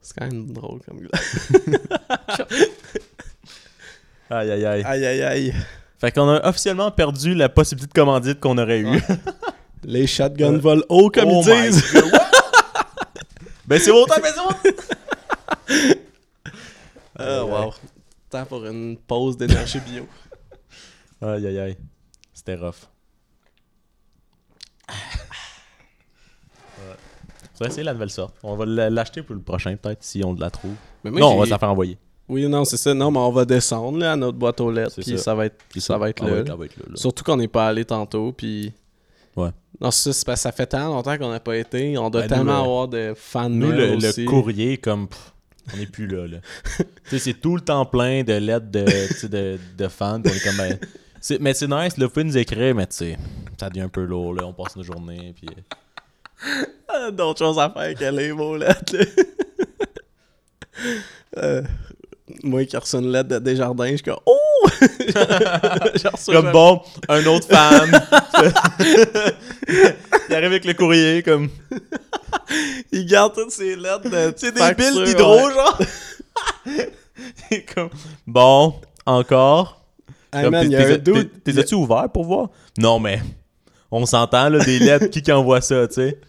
S2: C'est quand même drôle comme blague.
S1: Aïe aïe aïe.
S2: Aïe aïe aïe.
S1: Fait qu'on a officiellement perdu la possibilité de commandite qu'on aurait eue.
S2: Les shotguns volent haut comme
S1: Oh
S2: ils
S1: my
S2: disent.
S1: ben c'est autant, mais c'est autant! Euh,
S2: Ah, wow. Temps pour une pause d'énergie bio.
S1: Aïe aïe aïe. C'était rough. On va essayer la nouvelle sorte. On va l- l'acheter pour le prochain, peut-être, si on la trouve.
S2: Mais moi,
S1: Non, on va
S2: j'ai-
S1: se la faire envoyer.
S2: Oui, non, c'est ça. Non, mais on va descendre là, à notre boîte aux lettres,
S1: C'est
S2: puis
S1: ça.
S2: ça va être, ça,
S1: C'est
S2: va être
S1: Ah,
S2: là.
S1: ouais, elle va être là, là.
S2: Surtout qu'on n'est pas allé tantôt, puis...
S1: Ouais.
S2: Non, c'est ça, c'est parce que ça fait tant longtemps qu'on n'a pas été. On doit
S1: Ben, nous,
S2: tellement
S1: le-
S2: avoir de fans
S1: Nous, le, le
S2: aussi.
S1: courrier, comme, pff, on n'est plus là. là. Tu sais, c'est tout le temps plein de lettres de, tu sais, de, de fans. puis on est comme, ben, c'est- mais c'est nice, là, vous pouvez nous écrire, mais tu sais, ça devient un peu lourd. Là, on passe nos journées. Puis, euh,
S2: Ah, D'autres choses à faire que les mots lettres. là. Euh, moi qui reçois une lettre de Desjardins, je suis comme « Oh! » Je reçois
S1: comme
S2: jamais-
S1: bon, un autre fan. Il arrive avec le courrier, comme,
S2: Il garde toutes ses lettres de
S1: c'est
S2: facture,
S1: débile, pis
S2: ouais.
S1: drôle, genre. Et comme, bon, encore.
S2: Hey,
S1: Comme,
S2: man,
S1: t'es-
S2: il y a
S1: t'es-
S2: un dude-
S1: t'es- T'es-tu ouvert pour voir? Non, mais on s'entend, là, des lettres, qui qui envoie ça, tu sais?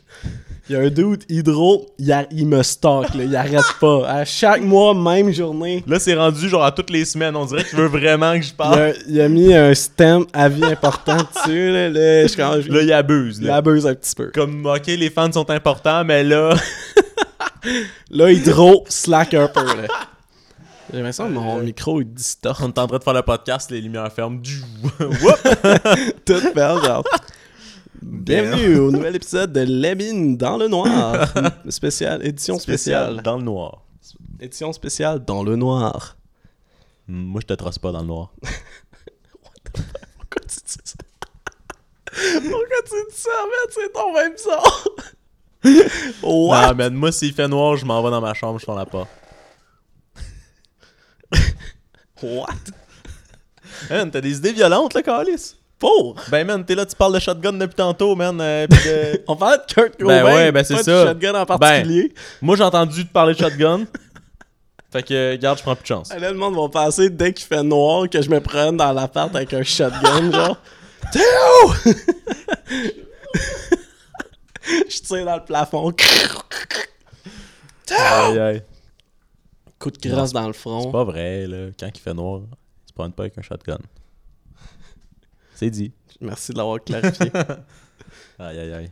S2: Il y a un doute hydro, il, a- il me stocke, là, il arrête pas. À chaque mois, même journée,
S1: Là, c'est rendu genre à toutes les semaines. On dirait qu'il veut vraiment que je
S2: il
S1: parle.
S2: a, il a mis un stem à vie important dessus. Là, là, je, commence- je
S1: Là, il abuse.
S2: il
S1: Là.
S2: abuse un petit peu.
S1: Comme, ok, les fans sont importants, mais là.
S2: Là, hydro, slack un peu. là. J'ai l'impression que mon micro, il distord
S1: On est en train de faire le podcast, les lumières fermes. Du. Whoop!
S2: tout faire, genre. Bienvenue au nouvel épisode de Lemine dans le noir. Spécial, édition spéciale.
S1: Dans le noir.
S2: Édition spéciale dans le noir.
S1: Hmm, Moi, je te trosse pas dans le noir.
S2: Pourquoi tu dis ça? Pourquoi tu dis ça, man? C'est ton même son! What?
S1: Ah, man, moi, s'il fait noir, je m'en vais dans ma chambre, je ferme la porte.
S2: What?
S1: Man, t'as des idées violentes, là, Calis?
S2: Pour?
S1: Ben, man, t'es là, tu parles de shotgun depuis tantôt, man. euh, pis de-
S2: On parlait de Kurt
S1: Ben
S2: Cobain,
S1: ouais, ben c'est
S2: pas
S1: ça.
S2: de Shotgun en particulier.
S1: Moi, j'ai entendu te parler de shotgun. fait que, regarde, je prends plus de chance.
S2: Là, le monde va penser, dès qu'il fait noir, que je me prenne dans l'appart avec un shotgun, genre... Théo! je tire dans le plafond.
S1: Aïe, aïe.
S2: Coup de grâce dans le front.
S1: C'est pas vrai, là. Quand il fait noir, ils se prennent pas avec un shotgun. C'est dit.
S2: Merci de l'avoir clarifié.
S1: Aïe, aïe, aïe.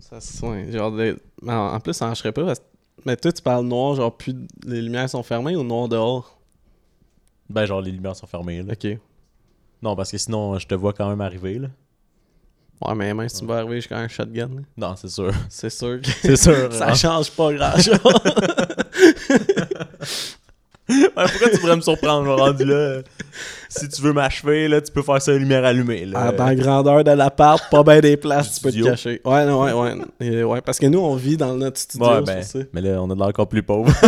S2: ça se soigne. Genre de- Mais En en plus, ça marcherait pas parce que. Mais toi, tu parles noir, genre plus de- les lumières sont fermées ou noir dehors
S1: Ben, genre, les lumières sont fermées, là.
S2: Ok.
S1: Non, parce que sinon, je te vois quand même arriver, là.
S2: Ouais, mais même si tu me vas arriver, j'ai quand même un shotgun. là.
S1: Non, c'est sûr.
S2: C'est sûr hein. que
S1: C'est sûr.
S2: ça change pas grand chose.
S1: Ouais, pourquoi tu pourrais me surprendre, mon rendu là? euh, Si tu veux m'achever, là, tu peux faire ça à lumière allumée. Là.
S2: À la grandeur de l'appart, pas bien des places, tu peux
S1: studio.
S2: te cacher. Ouais, non, ouais, ouais. Euh, ouais. Parce que nous, on vit dans notre studio,
S1: Ouais,
S2: c'est
S1: ben,
S2: ça.
S1: mais là, on a de l'air encore plus pauvre.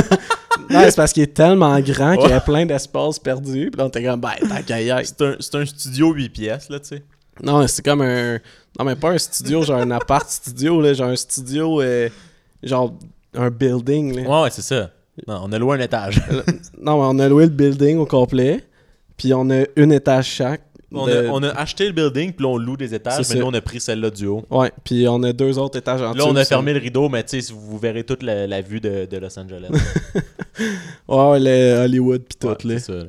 S2: Non, c'est parce qu'il est tellement grand qu'il y a
S1: Ouais.
S2: plein d'espace perdu. Puis là, on était comme, ben, tant qu'à y être.
S1: c'est un, c'est un studio 8 pièces, là, tu sais.
S2: Non, c'est comme un. Non, mais pas un studio, genre un appart studio, là. Genre un studio, euh, genre un building, là.
S1: Ouais, ouais, c'est ça. Non, on a loué un étage.
S2: Non, mais on a loué le building au complet. Puis on a une étage chaque.
S1: On,
S2: de-
S1: a, on a acheté le building, puis là, on loue des étages,
S2: C'est
S1: mais
S2: ça.
S1: nous, on a pris celle-là du haut.
S2: Ouais, puis on a deux autres étages en
S1: Là,
S2: dessous.
S1: on a
S2: ça-
S1: fermé le rideau, mais tu sais, vous verrez toute la, la vue de, de Los Angeles.
S2: Ouais, le Hollywood, puis tout,
S1: Ouais,
S2: là.
S1: c'est ça, là.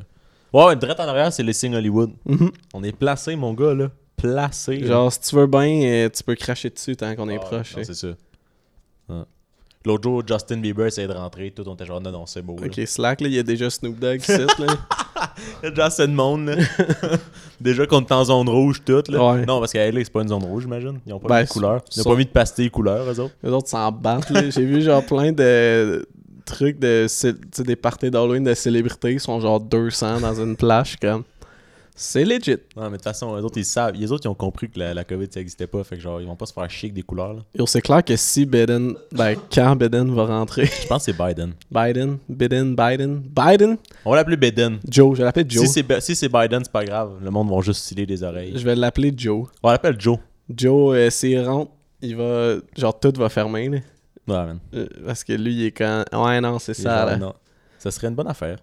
S1: Ouais, ouais, direct en arrière, c'est le signe Hollywood.
S2: Mhm.
S1: On est placé, mon gars, là. Placé. là.
S2: Genre, si tu veux bien, euh, tu peux cracher dessus tant qu'on est
S1: Ah,
S2: proche.
S1: non,
S2: hein.
S1: C'est ça. Ouais. L'autre jour, Justin Bieber essayait de rentrer. Tout, on était genre, non, non, c'est beau. là.
S2: Ok, Slack, là, il y a déjà Snoop Dogg ici, là.
S1: Il y a Déjà, c'est le monde. là. Déjà qu'on est en zone rouge, tout. Là.
S2: Ouais.
S1: Non, parce qu'à LA, c'est pas une zone rouge, j'imagine. Ils ont pas
S2: Ben,
S1: mis de couleur. Ils
S2: sont-
S1: n'ont pas mis de pastilles couleur, eux autres.
S2: Les autres s'en battent, là. J'ai vu, genre, plein de trucs de. cé- Tu sais, des parties d'Halloween de célébrités. Ils sont genre 200 dans une plage, comme. C'est legit.
S1: Non, mais de toute façon, eux autres, ils savent. Les autres, ils ont compris que la, la COVID, ça n'existait pas. Fait que genre, ils vont pas se faire chier avec des couleurs. là.
S2: Yo, c'est clair que si Biden. Ben, quand Biden va rentrer.
S1: Je pense que c'est Biden.
S2: Biden, Biden, Biden, Biden,
S1: On va l'appeler Biden.
S2: Joe, je l'appelle Joe.
S1: Si c'est, Bi- si c'est Biden, c'est pas grave. Le monde va juste sciller des oreilles.
S2: Je vais l'appeler Joe.
S1: On l'appelle Joe.
S2: Joe, euh, s'il rentre, il va. Genre, tout va fermer, là.
S1: Ouais, man.
S2: Euh, parce que lui, il est quand. Ouais, non, c'est
S1: Et
S2: ça,
S1: genre,
S2: là.
S1: non. Ça serait une bonne affaire.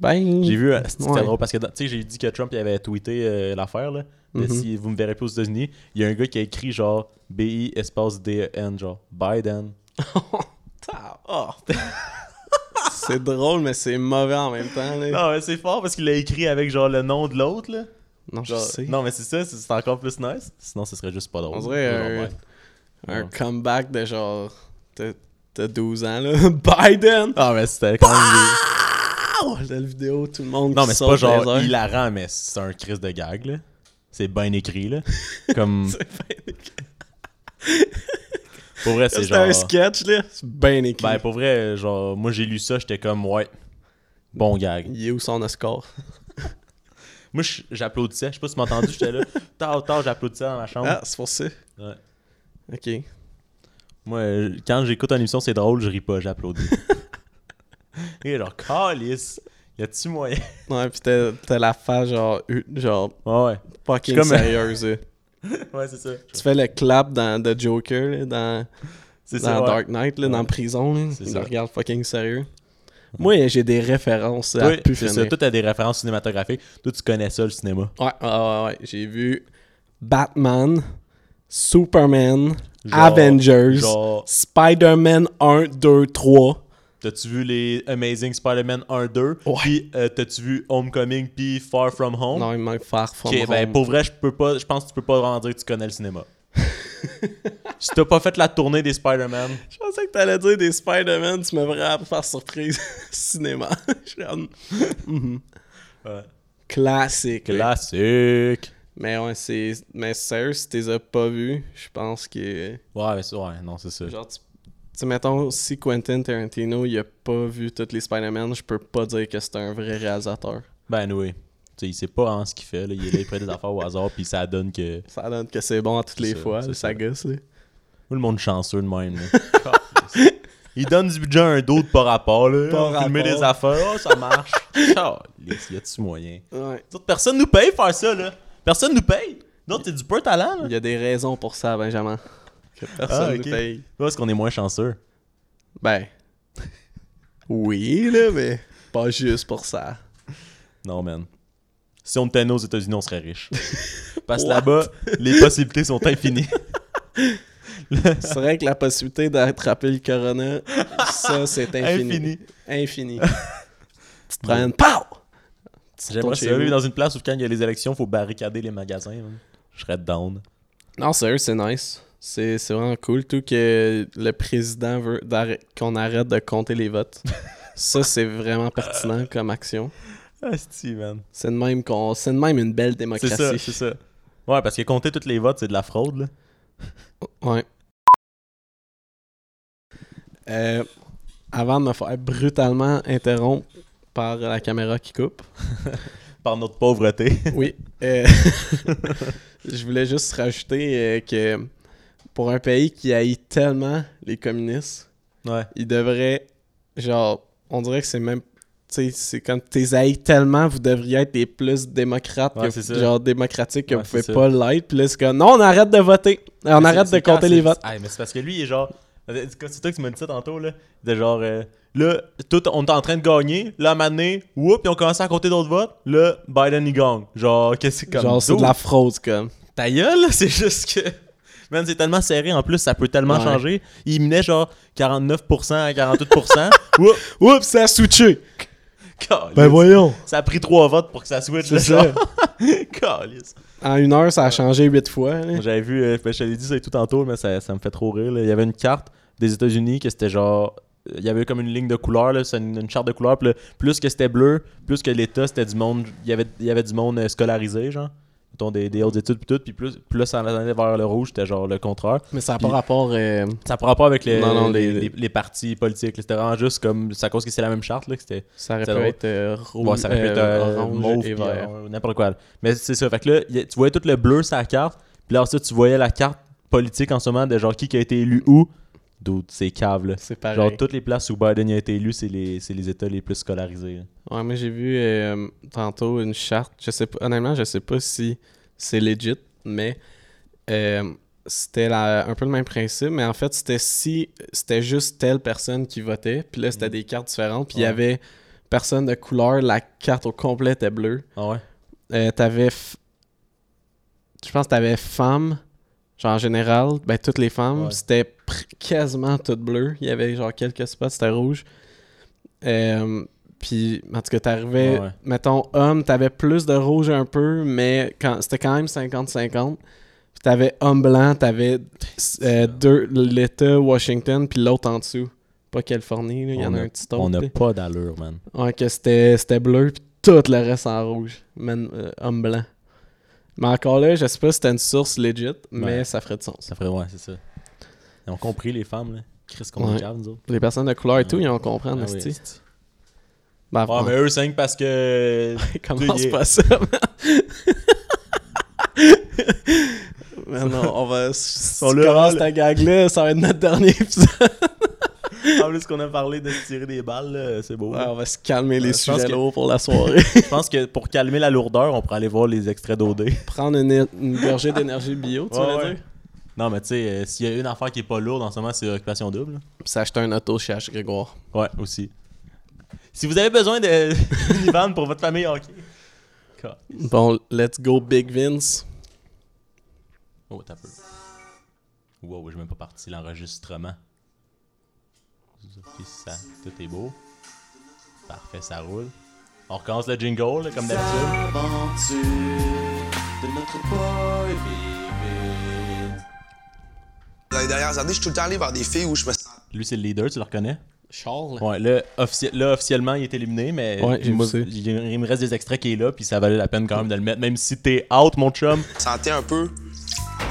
S2: Ben.
S1: J'ai vu, euh, c'était
S2: Ouais.
S1: drôle parce que, dans- tu sais, j'ai dit que Trump il avait tweeté euh, l'affaire, là. de
S2: Mhm.
S1: Si vous me verrez plus aux États-Unis, il y a un gars qui a écrit genre B-I espace D-E-N, genre Biden.
S2: Ta- oh. c'est drôle, mais c'est mauvais en même temps. Là. Non,
S1: Non, mais Ah, c'est fort parce qu'il l'a écrit avec genre le nom de l'autre, là.
S2: je
S1: Genre-
S2: sais.
S1: non, mais c'est ça, c'est- c'est encore plus nice. Sinon, ce serait juste pas drôle.
S2: On dirait
S1: Genre,
S2: un-
S1: ouais.
S2: Un
S1: Ouais.
S2: comeback de genre. T'as t'as 12 ans, là. Biden!
S1: Ah, mais c'était quand même.
S2: Oh, la vidéo, tout le monde.
S1: Non,
S2: qui
S1: mais c'est
S2: saute
S1: pas
S2: les
S1: genre
S2: airs.
S1: hilarant, mais c'est un crise de gag, là. C'est bien écrit, là. Comme. pour vrai, c'est
S2: C'était
S1: genre.
S2: un sketch, là. C'est bien écrit.
S1: Ben, pour vrai, genre, moi j'ai lu ça, j'étais comme, ouais, bon gag.
S2: Il est où son Oscar?
S1: Moi, je- j'applaudissais. Je sais pas si tu m'as entendu, j'étais là. Tard, tard, j'applaudissais dans ma chambre.
S2: Ah, c'est pour ça.
S1: Ouais.
S2: Ok.
S1: Moi, euh, quand j'écoute une émission, c'est drôle, je ris pas, j'applaudis. Et genre, calice, y a-tu moyen?
S2: Ouais, pis t'as t'as la face genre, euh, genre
S1: Ah Ouais,
S2: fucking
S1: C'est comme-
S2: sérieuse. là.
S1: ouais. Ouais, c'est ça.
S2: tu fais le clap dans The Joker, là, dans,
S1: C'est
S2: dans
S1: ça. ouais.
S2: Dark Knight, là, dans
S1: Ouais.
S2: prison. Là.
S1: C'est
S2: Il
S1: ça.
S2: le regarde fucking sérieux. Moi, j'ai des références à
S1: Toi,
S2: plus
S1: c'est
S2: finir.
S1: ça. Toi, t'as des références cinématographiques. Toi, tu connais ça, le cinéma.
S2: Ouais, ouais, ouais, ouais. J'ai vu Batman, Superman,
S1: Genre-
S2: Avengers,
S1: genre-
S2: Spider-Man 1, 2, 3.
S1: T'as-tu vu les Amazing Spider-Man 1-2?
S2: Ouais.
S1: Puis, euh, t'as-tu vu Homecoming puis Far From Home?
S2: Non, il manque Far From
S1: Ok, ben
S2: Home.
S1: pour vrai, je peux pas. Je pense que tu peux pas vraiment dire que tu connais le cinéma. si t'as pas fait la tournée des Spider-Man,
S2: Je pensais que t'allais dire des Spider-Man, tu m'as vraiment faire surprise. Cinéma. Je suis comme,
S1: ouais.
S2: Classique. là.
S1: classique.
S2: Mais ouais, c'est. Mais sérieux, si t'es as pas vu, je pense que.
S1: Ouais, mais ça, ouais, non, c'est ça.
S2: Genre, tu, tu sais, mettons, si Quentin Tarantino, il a pas vu toutes les Spider-Man, je peux pas dire que c'est un vrai réalisateur.
S1: Ben oui. Tu sais, il sait pas en ce qu'il fait. Là. Il est là, il prend des affaires au hasard, puis ça donne que.
S2: Ça donne que c'est bon à toutes les
S1: ça,
S2: fois,
S1: c'est
S2: là,
S1: ça.
S2: ça gosse, là.
S1: Moi, le monde chanceux de même. là. il donne du budget à un dos de pas rapport. Là.
S2: Pas
S1: On va filmer
S2: rapport.
S1: des affaires, oh, ça marche. Charles, y a-tu moyen?
S2: Ouais.
S1: D'autres, Personne nous paye faire ça, là. Personne nous paye. Non, t'es du peu talent, là.
S2: Il y a des raisons pour ça, Benjamin. Que personne
S1: Ah,
S2: ne
S1: ok.
S2: paye.
S1: Parce qu'on est moins chanceux.
S2: Ben. oui, là, mais pas juste pour ça.
S1: Non, man. Si on était né aux États-Unis, on serait riche. Parce que
S2: What?
S1: là-bas, les possibilités sont infinies.
S2: C'est vrai que la possibilité d'attraper le corona, ça, c'est infini.
S1: Infini.
S2: Infini. tu te prends une pow! tu retournes
S1: J'aimerais
S2: chez
S1: ça
S2: vous.
S1: vivre dans une place où quand il y a les élections, faut barricader les magasins. man. Je serais down.
S2: Non, sérieux, c'est nice. C'est c'est vraiment cool. Tout que le président veut d'arrê- qu'on arrête de compter les votes. Ça, c'est vraiment pertinent comme action.
S1: Asti, man.
S2: C'est de même qu'on, c'est de même une belle
S1: C'est ça,
S2: démocratie.
S1: c'est ça. Ouais, parce que compter tous les votes, c'est de la fraude, là.
S2: Ouais. Euh, avant de me faire brutalement interrompre par la caméra qui coupe.
S1: Par notre pauvreté.
S2: Oui. euh, je voulais juste rajouter euh, que pour un pays qui haït tellement les communistes,
S1: ouais.
S2: il devrait, genre, on dirait que c'est même, tu sais, c'est quand t'es haïs tellement, vous devriez être les plus démocrates,
S1: Ouais,
S2: que-
S1: c'est ça.
S2: genre démocratiques que
S1: Ouais,
S2: vous pouvez
S1: c'est ça.
S2: pas l'être, puis là, c'est comme, non, on arrête de voter, on
S1: Mais
S2: arrête
S1: c'est-
S2: de
S1: c'est quand
S2: compter
S1: c'est-
S2: les votes.
S1: Ah, mais c'est parce que lui, il est genre. C'est toi que tu me dit ça tantôt, là. De genre. euh, là, tout, on est en train de gagner. Là, à un moment donné, whoop, ils ont commencé à compter d'autres votes. Là, Biden, il gagne. Genre, qu'est-ce que c'est comme.
S2: Genre, c'est de
S1: dude,
S2: la fraude, comme.
S1: Ta gueule, là, c'est juste que. Man, c'est tellement serré en plus, ça peut tellement
S2: Ouais.
S1: changer. Il menait genre 49% à 48%. Whoop,
S2: Oups, ça a switché!
S1: calice.
S2: Ben, voyons!
S1: Ça a pris 3 votes pour que ça switch, là,
S2: C'est ça.
S1: genre. Calice.
S2: En une heure, ça a changé huit fois. là.
S1: Moi, J'avais vu, euh, ben, je te l'ai dit ça et tout tantôt, mais ça, ça me fait trop rire. là. Il y avait une carte des États-Unis que c'était genre. euh, Il y avait comme une ligne de couleurs, là, c'est une, une charte de couleurs. Puis là, plus que c'était bleu, plus que l'État, c'était du monde. Il y avait, il y avait du monde euh, scolarisé, genre. Mettons des, des hautes études, puis tout. Puis plus, plus ça en allait vers le rouge, c'était genre le contraire.
S2: Mais ça n'a
S1: Puis-
S2: pas rapport. euh,
S1: Ça prend pas avec les,
S2: Non, non, les-
S1: les- les- les partis politiques. là. C'était vraiment juste comme. C'est à cause que c'est la même charte, là, que c'était.
S2: ça aurait
S1: C'est
S2: pu
S1: drôle.
S2: être euh, rouge,
S1: Ouais, ça aurait pu être
S2: euh,
S1: euh,
S2: orange
S1: mauve
S2: et
S1: puis,
S2: vert.
S1: euh, n'importe quoi. Mais c'est ça. Fait que là, y a- tu voyais tout le bleu sur la carte. Puis là, ensuite, tu voyais la carte politique en ce moment de genre qui qui a été élu où. D'où ces caves là.
S2: C'est pareil.
S1: Genre, toutes les places où Biden a été élu, c'est les, c'est les États les plus scolarisés. là.
S2: Ouais, mais j'ai vu euh, tantôt une charte. Je sais pas, honnêtement, je sais pas si c'est legit, mais euh, c'était la- un peu le même principe. Mais en fait, c'était si c'était juste telle personne qui votait, puis là, c'était des cartes différentes, puis il y
S1: Mhm. Ouais.
S2: avait personne de couleur, la carte au complet était bleue.
S1: Ah ouais?
S2: Euh, t'avais. f- Je pense que t'avais femme, genre en général, ben toutes les femmes,
S1: Ouais.
S2: c'était pr- quasiment toutes bleues. Il y avait genre quelques spots, c'était rouge. Euh, puis, en tout cas, t'arrivais,
S1: Ouais, ouais.
S2: mettons, homme, t'avais plus de rouge un peu, mais quand, c'était quand même 50-50. Puis t'avais homme blanc, t'avais euh, deux, l'État Washington, puis l'autre en dessous. Pas Californie, là, il y en
S1: On
S2: a,
S1: a-
S2: un petit
S1: On n'a
S2: autre.
S1: pas d'allure, man.
S2: Ouais, que c'était c'était bleu, puis tout le reste en rouge. Man, euh, homme blanc. Mais encore là, je sais pas si c'était une source legit, mais
S1: Ouais.
S2: ça ferait du sens.
S1: Ça ferait, ouais, c'est ça. Ils ont compris, les femmes, là. Chris, qu'on
S2: Ouais.
S1: est caves, nous autres.
S2: Les personnes de couleur et tout, ils ont compris,
S1: Ah
S2: en
S1: oui,
S2: esti.
S1: esti.
S2: Ben,
S1: Ah,
S2: on-
S1: mais eux, 5 parce que.
S2: commence
S1: Yeah.
S2: pas ça, Mais non, on va... Si
S1: On
S2: tu
S1: le
S2: commences
S1: râle.
S2: ta gag-là, ça va être notre dernier épisode.
S1: en plus qu'on a parlé de se tirer des balles, là, c'est beau.
S2: Ouais,
S1: là.
S2: on va se calmer les
S1: Ouais, je pense
S2: sujets
S1: que-
S2: lourds pour la soirée.
S1: Je pense que pour calmer la lourdeur, on pourrait aller voir les extraits d'OD.
S2: Prendre une, une gorgée d'énergie bio, tu
S1: Ouais,
S2: veux
S1: ouais.
S2: dire?
S1: Non, mais tu sais, euh, s'il y a une affaire qui est pas lourde en ce moment, c'est Occupation Double. là.
S2: Puis s'acheter un auto chez H. Grégoire.
S1: Ouais, aussi. Si vous avez besoin de- d'une van pour votre famille, ok.
S2: Bon, let's go Big Vince.
S1: Oh, t'as peu. Wow, j'ai même pas parti l'enregistrement. Ok, ça, tout est beau. Parfait, ça roule. On recommence le jingle, là, comme d'habitude.
S4: de notre boy baby.
S5: Dans les dernières années, je suis tout le temps allé vers des filles où je me sens
S1: Lui, c'est le leader, tu le reconnais?
S2: Charles.
S1: Ouais, là, offici- là, officiellement, il est éliminé, mais
S2: Ouais, j'ai
S1: moi,
S2: vu ça.
S1: il, il me reste des extraits qui est là, puis ça valait la peine quand même de le mettre, même si t'es out, mon chum.
S5: sentais un peu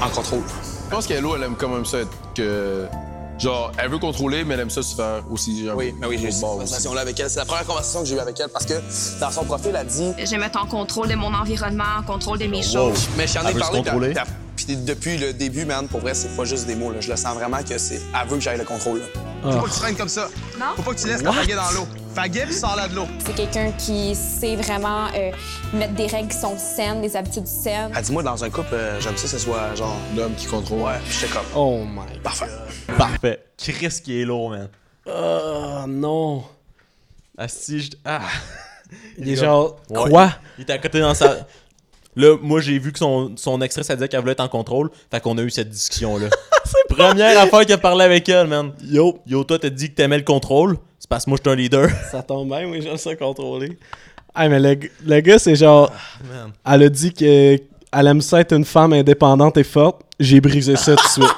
S5: en contrôle.
S6: Je pense qu'Elo, elle aime quand même ça être que. Genre, elle veut contrôler, mais elle aime ça se faire aussi. genre,
S5: Oui, mais oui, j'ai eu cette
S6: au bord aussi.
S5: conversation-là avec elle. C'est la première conversation que j'ai eue avec elle parce que dans son profil, elle a dit
S7: je vais mettre en contrôle de mon environnement, en contrôle de mes
S1: Wow.
S7: choses.
S5: Mais j'en
S1: Elle
S5: ai
S1: veut se
S5: parlé. puis
S1: contrôler.
S5: elle- puis depuis le début, man, pour vrai, c'est pas juste des mots. Là. Je le sens vraiment que c'est. Elle veut que j'aille le contrôle. là.
S2: Faut
S5: que tu traînes comme ça.
S7: Non?
S5: pas que tu laisses la baguette dans l'eau. Faguet, puis sors là de l'eau.
S8: C'est quelqu'un qui sait vraiment euh, mettre des règles qui sont saines, des habitudes saines.
S5: Elle dit Moi, dans un couple, euh, j'aime ça que ce soit genre.
S6: L'homme qui contrôle.
S5: Ouais, puis j'étais comme.
S2: Oh my
S5: Parfait.
S1: Parfait. Chris qui est lourd, man.
S2: Oh non!
S1: Asti, je... Ah!
S2: Il est genre,
S1: Ouais.
S2: quoi?
S1: Il était à côté dans sa... Là, moi, j'ai vu que son, son extrait, ça disait qu'elle voulait être en contrôle. Fait qu'on a eu cette discussion-là. Première affaire qu'il a parlé avec elle, man. Yo. Yo, toi, t'as dit que t'aimais le contrôle. C'est parce que moi, je suis un leader.
S2: Ça tombe bien, oui, j'aime ça contrôler. Ah, mais le, g- le gars, c'est genre. Elle a dit qu'elle aime ça être une femme indépendante et forte. J'ai brisé ça tout de suite.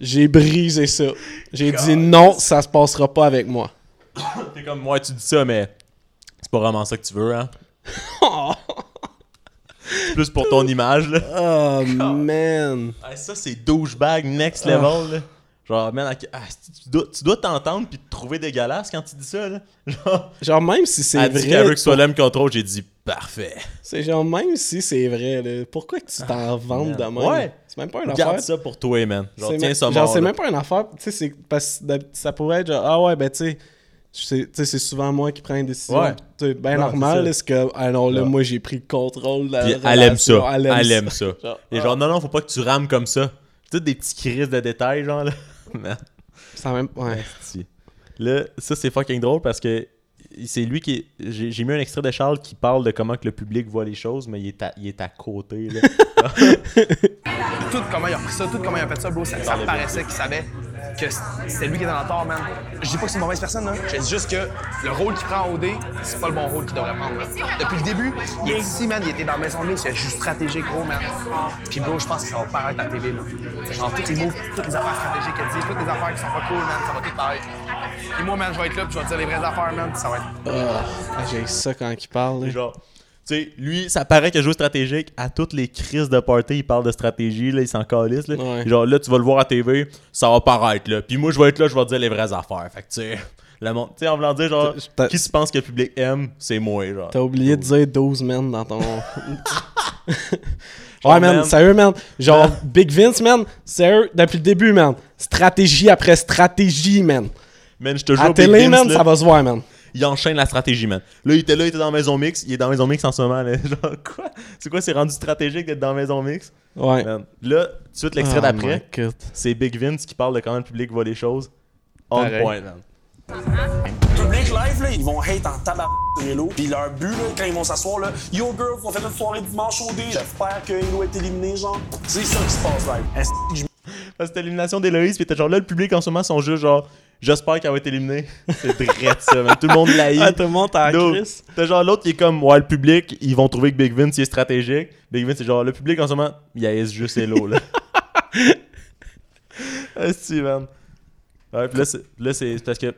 S2: J'ai brisé ça. J'ai dit non, ça se passera pas avec moi.
S1: T'es comme, moi, tu dis ça, mais c'est pas vraiment ça que tu veux, hein? Oh. C'est plus pour ton image, là.
S2: Oh man.
S1: Ah, ça, c'est douchebag next
S2: Ah.
S1: level, là. Genre, man, ok, ah, si tu dois tu dois t'entendre puis te trouver dégueulasse quand tu dis ça, là. Genre,
S2: Genre, même si c'est
S1: elle dit qu'elle veut
S2: vrai.
S1: que Solem contrôle, j'ai dit parfait.
S2: C'est genre, même si c'est vrai, là, pourquoi que tu t'en vantes de même?
S1: Ah, Ouais.
S2: C'est même pas une
S1: Garde
S2: affaire.
S1: ça pour toi, man. Genre,
S2: C'est
S1: tiens
S2: même-
S1: ça
S2: genre,
S1: mort.
S2: c'est
S1: là.
S2: même pas une affaire. Tu sais, c'est parce que d'hab- ça pourrait être genre, ah ouais, ben tu sais, je sais- tu sais, c'est souvent moi qui prends une décision.
S1: Ouais.
S2: C'est bien
S1: Non, c'est
S2: normal,
S1: ça.
S2: là, c'est que, alors là,
S1: Ouais.
S2: moi j'ai pris le contrôle de la
S1: Puis elle aime
S2: relation,
S1: ça. Elle aime, ça.
S2: Genre, ah.
S1: Et genre, non, non, faut pas que tu rames comme ça. C'est tout des petits crises de détails, genre, là. Man.
S2: ça même, ouais.
S1: Si. Là, ça, c'est fucking drôle parce que c'est lui qui. J'ai j'ai mis un extrait de Charles qui parle de comment que le public voit les choses, mais il est à, il est à côté. Là.
S5: Tout comment il a pris ça, tout comment il a fait ça, bro, ça, ça me paraissait qu'il savait que c'est lui qui était dans le tort, man. Je dis pas que c'est une mauvaise personne, là. Je dis juste que le rôle qu'il prend en OD, c'est pas le bon rôle qu'il devrait prendre, là. Depuis le début, il est ici, man, il était dans la maison de l'île, c'est juste stratégique, gros, man. Puis, bro, je pense que ça va paraître à la télé, là. Genre, tous les mots, toutes les affaires stratégiques qu'elle dit, toutes les affaires qui sont pas cool, man, ça va tout paraître. Puis moi, man, je vais être là, puis je vais dire les vraies affaires, man, puis ça va être
S2: Ah, J'ai ça quand il parle. là.
S1: Genre, tu sais, lui, ça paraît qu'il joue stratégique. À toutes les crises de party, il parle de stratégie, là, il s'en calisse. Là.
S2: Ouais.
S1: Genre, là, tu vas le voir à TV, ça va paraître, là. Puis moi, je vais être là, je vais dire les vraies affaires. Fait que, tu sais, le monde. Tu sais, en voulant dire, genre,
S2: T'as-
S1: qui se pense que le public aime, c'est moi, genre.
S2: T'as oublié de dire 12 men dans ton.
S1: Genre,
S2: ouais, man,
S1: man.
S2: sérieux, man. Genre, Big Vince, man, sérieux, depuis le début, man. Stratégie après stratégie, man.
S1: Man, je te jure,
S2: À
S1: Big
S2: télé,
S1: Vince,
S2: man,
S1: là,
S2: ça va se voir, man.
S1: il enchaîne la stratégie, man. Là, il était là, il était dans Maison Mix, il est dans Maison Mix en ce moment, là. Genre, quoi C'est quoi, c'est rendu stratégique d'être dans Maison Mix
S2: Ouais.
S1: Man. Là, tout de suite, l'extrait
S2: Oh
S1: d'après,
S2: my God.
S1: c'est Big Vince qui parle de comment le public voit les choses. On
S2: Pareil.
S1: point, man.
S5: public live, là, ils vont hate en tabac sur Hello. Puis leur but, là, quand ils vont s'asseoir, là, Yo girl, on fait notre soirée dimanche au dé. J'espère que Hello est éliminé, genre. C'est ça qui se passe live. Est-ce que
S1: Parce
S5: je
S1: que Ah, c'était l'élimination d'Héloïse, pis t'es genre là, le public en ce moment sont juste genre, j'espère qu'elle va être éliminée. C'est drôle ça, man. Tout le monde l'a eu.
S2: Ah, tout le monde t'a Chris.
S1: T'as genre l'autre qui est comme, ouais, le public, ils vont trouver que Big Vince, il est stratégique. Big Vince, c'est genre, le public en ce moment, il haïsse juste Hello, là. Esti, man. Ouais, pis là, c'est- là, c'est c'est parce que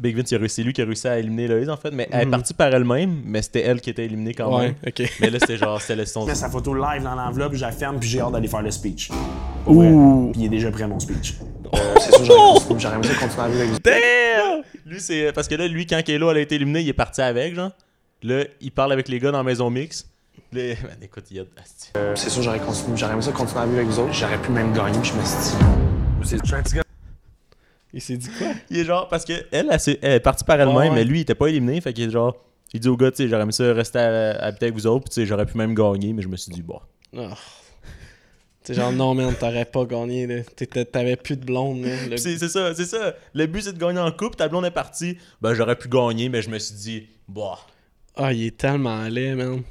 S1: Big Vince, il a réussi- c'est lui qui a réussi à éliminer Héloïse, en fait, mais elle est partie par elle-même, mais c'était elle qui était éliminée quand même.
S2: Ah Ouais, ok.
S1: Mais là, c'était genre, c'était le son.
S5: mets sa photo live dans l'enveloppe, je la ferme, puis j'ai hâte d'aller faire le speech.
S2: Ouh.
S5: Puis il est déjà prêt mon speech. Euh, c'est sûr, j'aurais- j'aurais aimé ça continuer à vivre avec
S1: Lui, c'est. euh, Parce que là, lui, quand Kayla elle a été éliminée, il est parti avec, genre. Là, il parle avec les gars dans la maison mix. Là, man, écoute, il y a. Asti.
S5: C'est sûr, j'aurais continué, j'aurais aimé ça continuer à vivre avec vous autres. J'aurais pu même gagner, puis je me suis dit. Je suis un petit gars.
S2: Il s'est dit quoi?
S1: Il est genre. Parce que elle, elle, s'est- elle est partie par elle-même,
S2: Ouais, ouais.
S1: mais lui, il était pas éliminé. Fait qu'il est genre. Il dit au gars, tu sais, j'aurais aimé ça rester à- à habiter avec vous autres, puis tu sais, j'aurais pu même gagner, mais je me suis dit, bon.
S2: Oh. T'es genre, non, man, t'aurais pas gagné, là. T'étais- T'avais plus de blonde, man. Le-
S1: Puis C'est c'est ça, c'est ça. Le but, c'est de gagner en couple, ta blonde est partie. Ben, j'aurais pu gagner, mais je me suis dit, bon.
S2: Ah, il est tellement laid, man.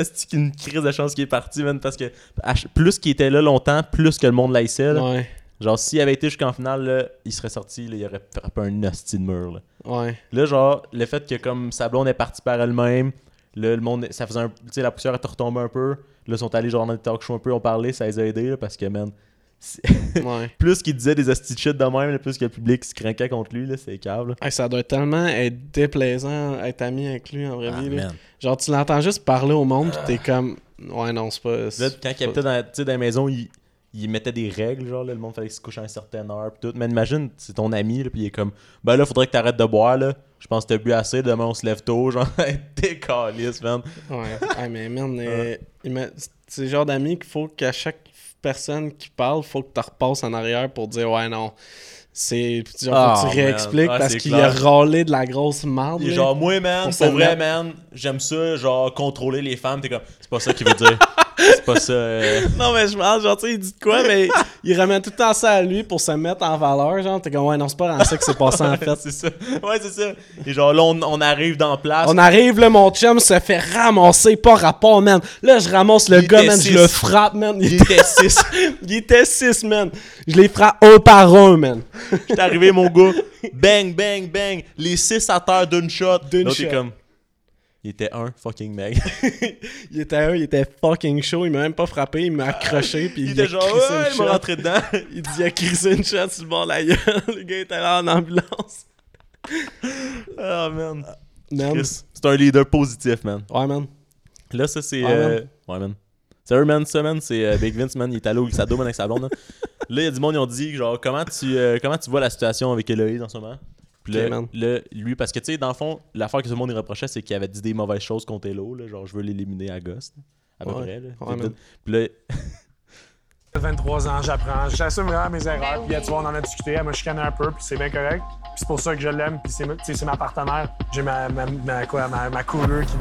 S1: C'est une crise de chance qui est partie, man, parce que à ch- plus qu'il était là longtemps, plus que le monde l'haïssait. là.
S2: Ouais,
S1: Genre, s'il avait été jusqu'en finale, là, il serait sorti, là, il aurait frappé un hostie de mur. Là.
S2: ouais.
S1: Là, genre, le fait que comme sa blonde est partie par elle-même, là, le monde, ça faisait un. Tu sais, la poussière est retombée un peu. Là, ils sont allés genre dans le talk show un peu, ont parlé, ça les a aidés, là, parce que, man. c'est-
S2: Ouais.
S1: plus qu'ils disaient des hosties de shit de même, là, plus que le public se craquait contre lui, là, c'est câble. là.
S2: Hey, ça doit tellement être déplaisant être ami avec lui en vraie
S1: Ah,
S2: vie. là.
S1: man.
S2: Genre, tu l'entends juste parler au monde, pis t'es comme. Ouais, non, c'est pas. c'est
S1: Là, quand il
S2: pas-
S1: habitait dans, la- tu sais, dans la maison, il, il mettait des règles, genre, là, le monde fallait qu'il se couche à une certaine heure, pis tout. Mais imagine, c'est ton ami, là, pis il est comme, ben là, faudrait que t'arrêtes de boire, là. Je pense que t'as bu assez, demain on se lève tôt, genre, t'es calisse, man.
S2: Ouais, Ah, mais man, euh, il m'a- c'est le genre d'amis qu'il faut qu'à chaque personne qui parle, faut que tu repasses en arrière pour dire ouais, non. C'est genre, faut
S1: Ah,
S2: que tu
S1: man.
S2: réexpliques
S1: Ah,
S2: parce
S1: c'est
S2: qu'il
S1: clair.
S2: a râlé de la grosse merde.
S1: Il est
S2: là.
S1: genre, moi, man,
S2: Pour
S1: pour
S2: se
S1: vrai,
S2: mettre-
S1: man, j'aime ça, genre, contrôler les femmes, t'es comme, c'est pas ça qu'il veut dire. c'est pas ça. euh.
S2: Non, mais je pense, genre, tu sais, il dit de quoi, mais il remet tout le temps ça à lui pour se mettre en valeur. Genre, t'es comme, ouais, non, c'est pas vraiment ça que c'est passé en fait.
S1: c'est ça. Ouais, c'est ça. Et genre, là, on, on arrive dans place.
S2: On arrive, là, mon chum se fait ramasser, pas rapport, man. Là, je ramasse le
S1: Il
S2: gars,
S1: était
S2: man,
S1: six.
S2: je le frappe, man. Il,
S1: Il était six.
S2: il était 6, man. Je les frappe un par un, man.
S1: J'étais arrivé, mon gars. Bang, bang, bang. Les six à terre d'une shot.
S2: D'une
S1: L'autre est
S2: shot.
S1: comme, Il était un fucking meg.
S2: Il était un, il était fucking chaud, il m'a même pas frappé, il m'a accroché, puis il,
S1: Ah, il
S2: a
S1: était genre,
S2: crissé
S1: ouais,
S2: une
S1: il m'a
S2: shot.
S1: rentré dedans.
S2: Il dit, il a crissé une shot sur le bord de la gueule. Le gars était là en ambulance.
S1: oh man.
S2: Man.
S1: Chris, C'est un leader positif, man.
S2: Ouais, man.
S1: Là, ça, c'est.
S2: Ouais,
S1: euh, Ouais, man. Sérieux, man, ça, man, c'est euh, Big Vince, man, il est allé au glissado, man, avec sa blonde. Là, Là, il y a du monde, ils ont dit, genre, comment tu, euh, comment tu vois la situation avec Eloïse en ce moment? Puis là,
S2: Ok, man.
S1: là, lui, parce que, tu sais, dans le fond, l'affaire que tout le monde lui reprochait, c'est qu'il avait dit des mauvaises choses contre Elo, là, genre, je veux l'éliminer à Ghost, à peu
S2: Ouais.
S1: près, là.
S2: Ouais, man.
S1: Puis là,
S9: 23 ans, j'apprends, j'assume vraiment mes erreurs.
S7: Ben
S9: Puis là, tu vois, on en a discuté, elle m'a chicané un peu, puis c'est bien correct. Puis c'est pour ça que je l'aime, puis c'est ma- tu sais, c'est ma partenaire. J'ai ma, ma, ma, quoi, ma, ma couleur qui,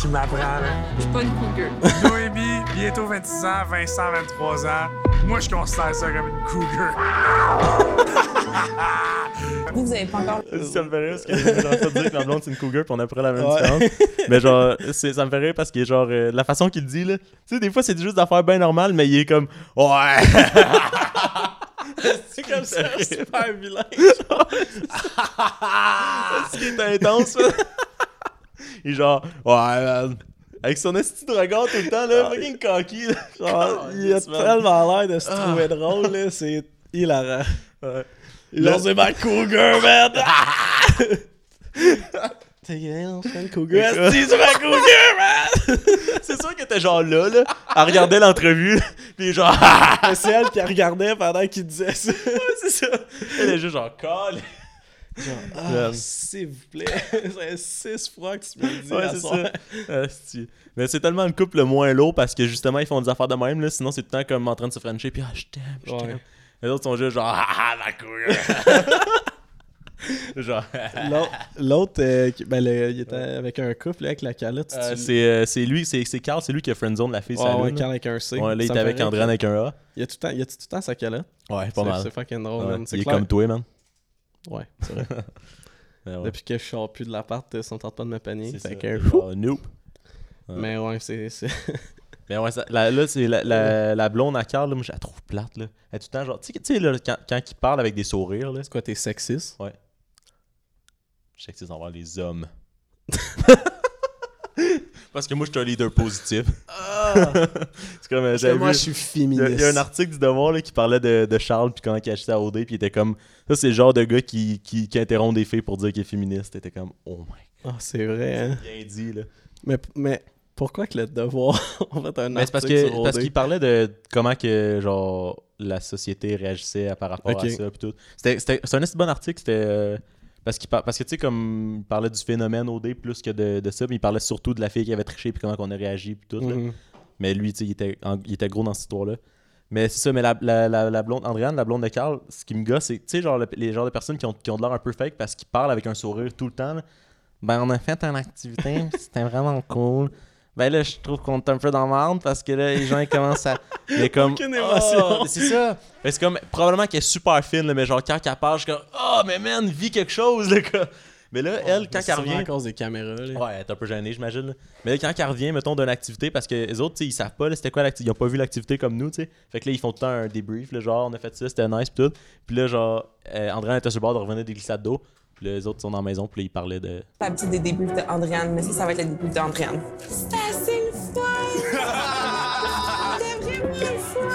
S9: qui m'apprend.
S8: hein.
S9: là.
S7: Je suis pas une cougueuse.
S9: Noémie, bientôt 26 ans, Vincent, 23 ans. Moi, je considère ça comme une cougar.
S8: Vous, vous avez pas encore.
S1: Ça me fait rire parce que j'ai entendu dire que la blonde c'est une cougar puis on a près la même
S2: Ouais.
S1: différence. Mais genre, c'est- ça me fait rire parce que genre, euh, la façon qu'il le dit là, tu sais, des fois c'est juste d'affaires bien normales, mais il est comme Ouais! c'est comme ça, super vilain. Est-ce qu'il est intense, là? Il est genre, ouais, man. Avec son esti de regard tout le temps, là, fucking cocky, là. Genre,
S2: Il a
S1: Ah, yes, Ah. man. Ah.
S2: tellement l'air de se trouver drôle, là. C'est hilarant. Là, c'est ma cougar, man. T'es gay, on se fait une cougar. Esti, c'est ma cougar, man.
S1: C'est sûr qu'il était genre là, là, à regarder l'entrevue, là, pis genre, ah,
S2: Mais C'est elle qui regardait pendant qu'il disait ça.
S1: c'est ça. Elle est juste genre, colle.
S2: Ah, s'il vous plaît. C'est six fois que tu me le dis.
S1: Ouais,
S2: à
S1: c'est
S2: soir.
S1: ça. Asti. Mais c'est tellement le couple le moins lourd parce que justement, ils font des affaires de même. Là. Sinon, c'est tout le temps comme en train de se frencher. Puis, ah, je t'aime, je
S2: Ouais.
S1: t'aime. Les autres sont juste genre, ah, ah, la couille. genre,
S2: L'autre- L'autre, euh, qui- ben, le- il était avec un couple là, avec la calotte.
S1: euh,
S2: tu-
S1: c'est euh, c'est lui, c'est c'est Carl, c'est lui qui a friendzone la fille.
S2: Ouais,
S1: ça
S2: ouais, Carl avec un C.
S1: ouais, là, il
S2: Ça
S1: était
S2: me fait
S1: avec
S2: rire.
S1: Andréane avec un A.
S2: Il a tout le temps, il a tout le temps sa calotte.
S1: Ouais, pas
S2: C'est
S1: mal.
S2: c'est fucking drôle,
S1: Ouais,
S2: man. C'est
S1: il est
S2: clair.
S1: comme toi, man.
S2: Ouais, c'est vrai.
S1: Ouais, ouais.
S2: Depuis que je sors plus de l'appart, euh, ça me tente pas de me panier.
S1: C'est
S2: Fait
S1: ça.
S2: que-
S1: Genre, euh, nope.
S2: Mais ouais, c'est. c'est-
S1: Mais ouais, ça- la- là, c'est la, la, la blonde à Carl, là, moi, je la trouve plate. Là. Elle est tout le temps genre, tu sais, tu sais, là, quand, quand il parle avec des sourires, là,
S2: C'est quoi, t'es sexiste?
S1: Je sais que c'est envers les hommes. Parce que moi, je suis un leader positif. c'est comme, euh,
S2: Ah! Parce
S1: j'avais
S2: que moi,
S1: vu-
S2: je suis
S1: il y, a-
S2: féministe.
S1: il y a un article du Devoir là, qui parlait de, de Charles, puis comment il achetait à OD, puis il était comme. Ça, c'est le genre de gars qui, qui, qui interrompt des filles pour dire qu'il est féministe. Il était comme, oh my
S2: Ah, c'est vrai, hein.
S1: god. Bien dit, là.
S2: Mais, mais pourquoi que le devoir, en fait, un
S1: Mais Ben, c'est parce
S2: article
S1: que
S2: sur
S1: parce
S2: OD?
S1: qu'il parlait de comment que genre la société réagissait à- par rapport
S2: Ok.
S1: à ça puis tout. C'était c'était- c'est un assez bon article, c'était euh, parce qu'il par- parce que tu sais comme il parlait du phénomène OD plus que de, de ça, mais il parlait surtout de la fille qui avait triché puis comment qu'on a réagi puis tout. là.
S2: Mhm.
S1: Mais lui, tu sais, il était, en- il était gros dans cette histoire-là. Mais c'est ça, mais la, la, la, la blonde, Andréane, la blonde de Carl, ce qui me gosse, c'est, tu sais, genre, le- les genres de personnes qui ont, qui ont de l'air un peu fake parce qu'ils parlent avec un sourire tout le temps. là. Ben, on a fait une activité, pis c'était vraiment cool. Ben là, je trouve qu'on est un peu dans le marde parce que là, les gens, ils commencent à. Mais comme.
S2: Aucune émotion.
S1: Oh, c'est ça. Mais c'est comme, probablement qu'elle est super fine, là, mais genre, quand elle parle, je suis comme, oh, mais man, vis quelque chose, là, quoi. Mais là, elle, quand
S2: C'est
S1: elle
S2: Oh, sûrement
S1: revient.
S2: à cause des caméras, là.
S1: Ouais, t'es un peu gêné, j'imagine. là. Mais là, quand elle revient, mettons, d'une activité, parce que les autres, tu sais, ils savent pas, là, c'était quoi l'activité. Ils ont pas vu l'activité comme nous, tu sais. Fait que là, ils font tout le temps un débrief, là, genre, on a fait ça, c'était nice, pis tout. Puis là, genre, euh, André était sur le bord de revenir des glissades d'eau. Puis là, les autres sont dans la maison, puis là, ils parlaient de.
S8: La petite des débuts d'Andréane, mais ça, ça va être le début d'Andréane. C'est assez le fun! C'est vraiment le fun!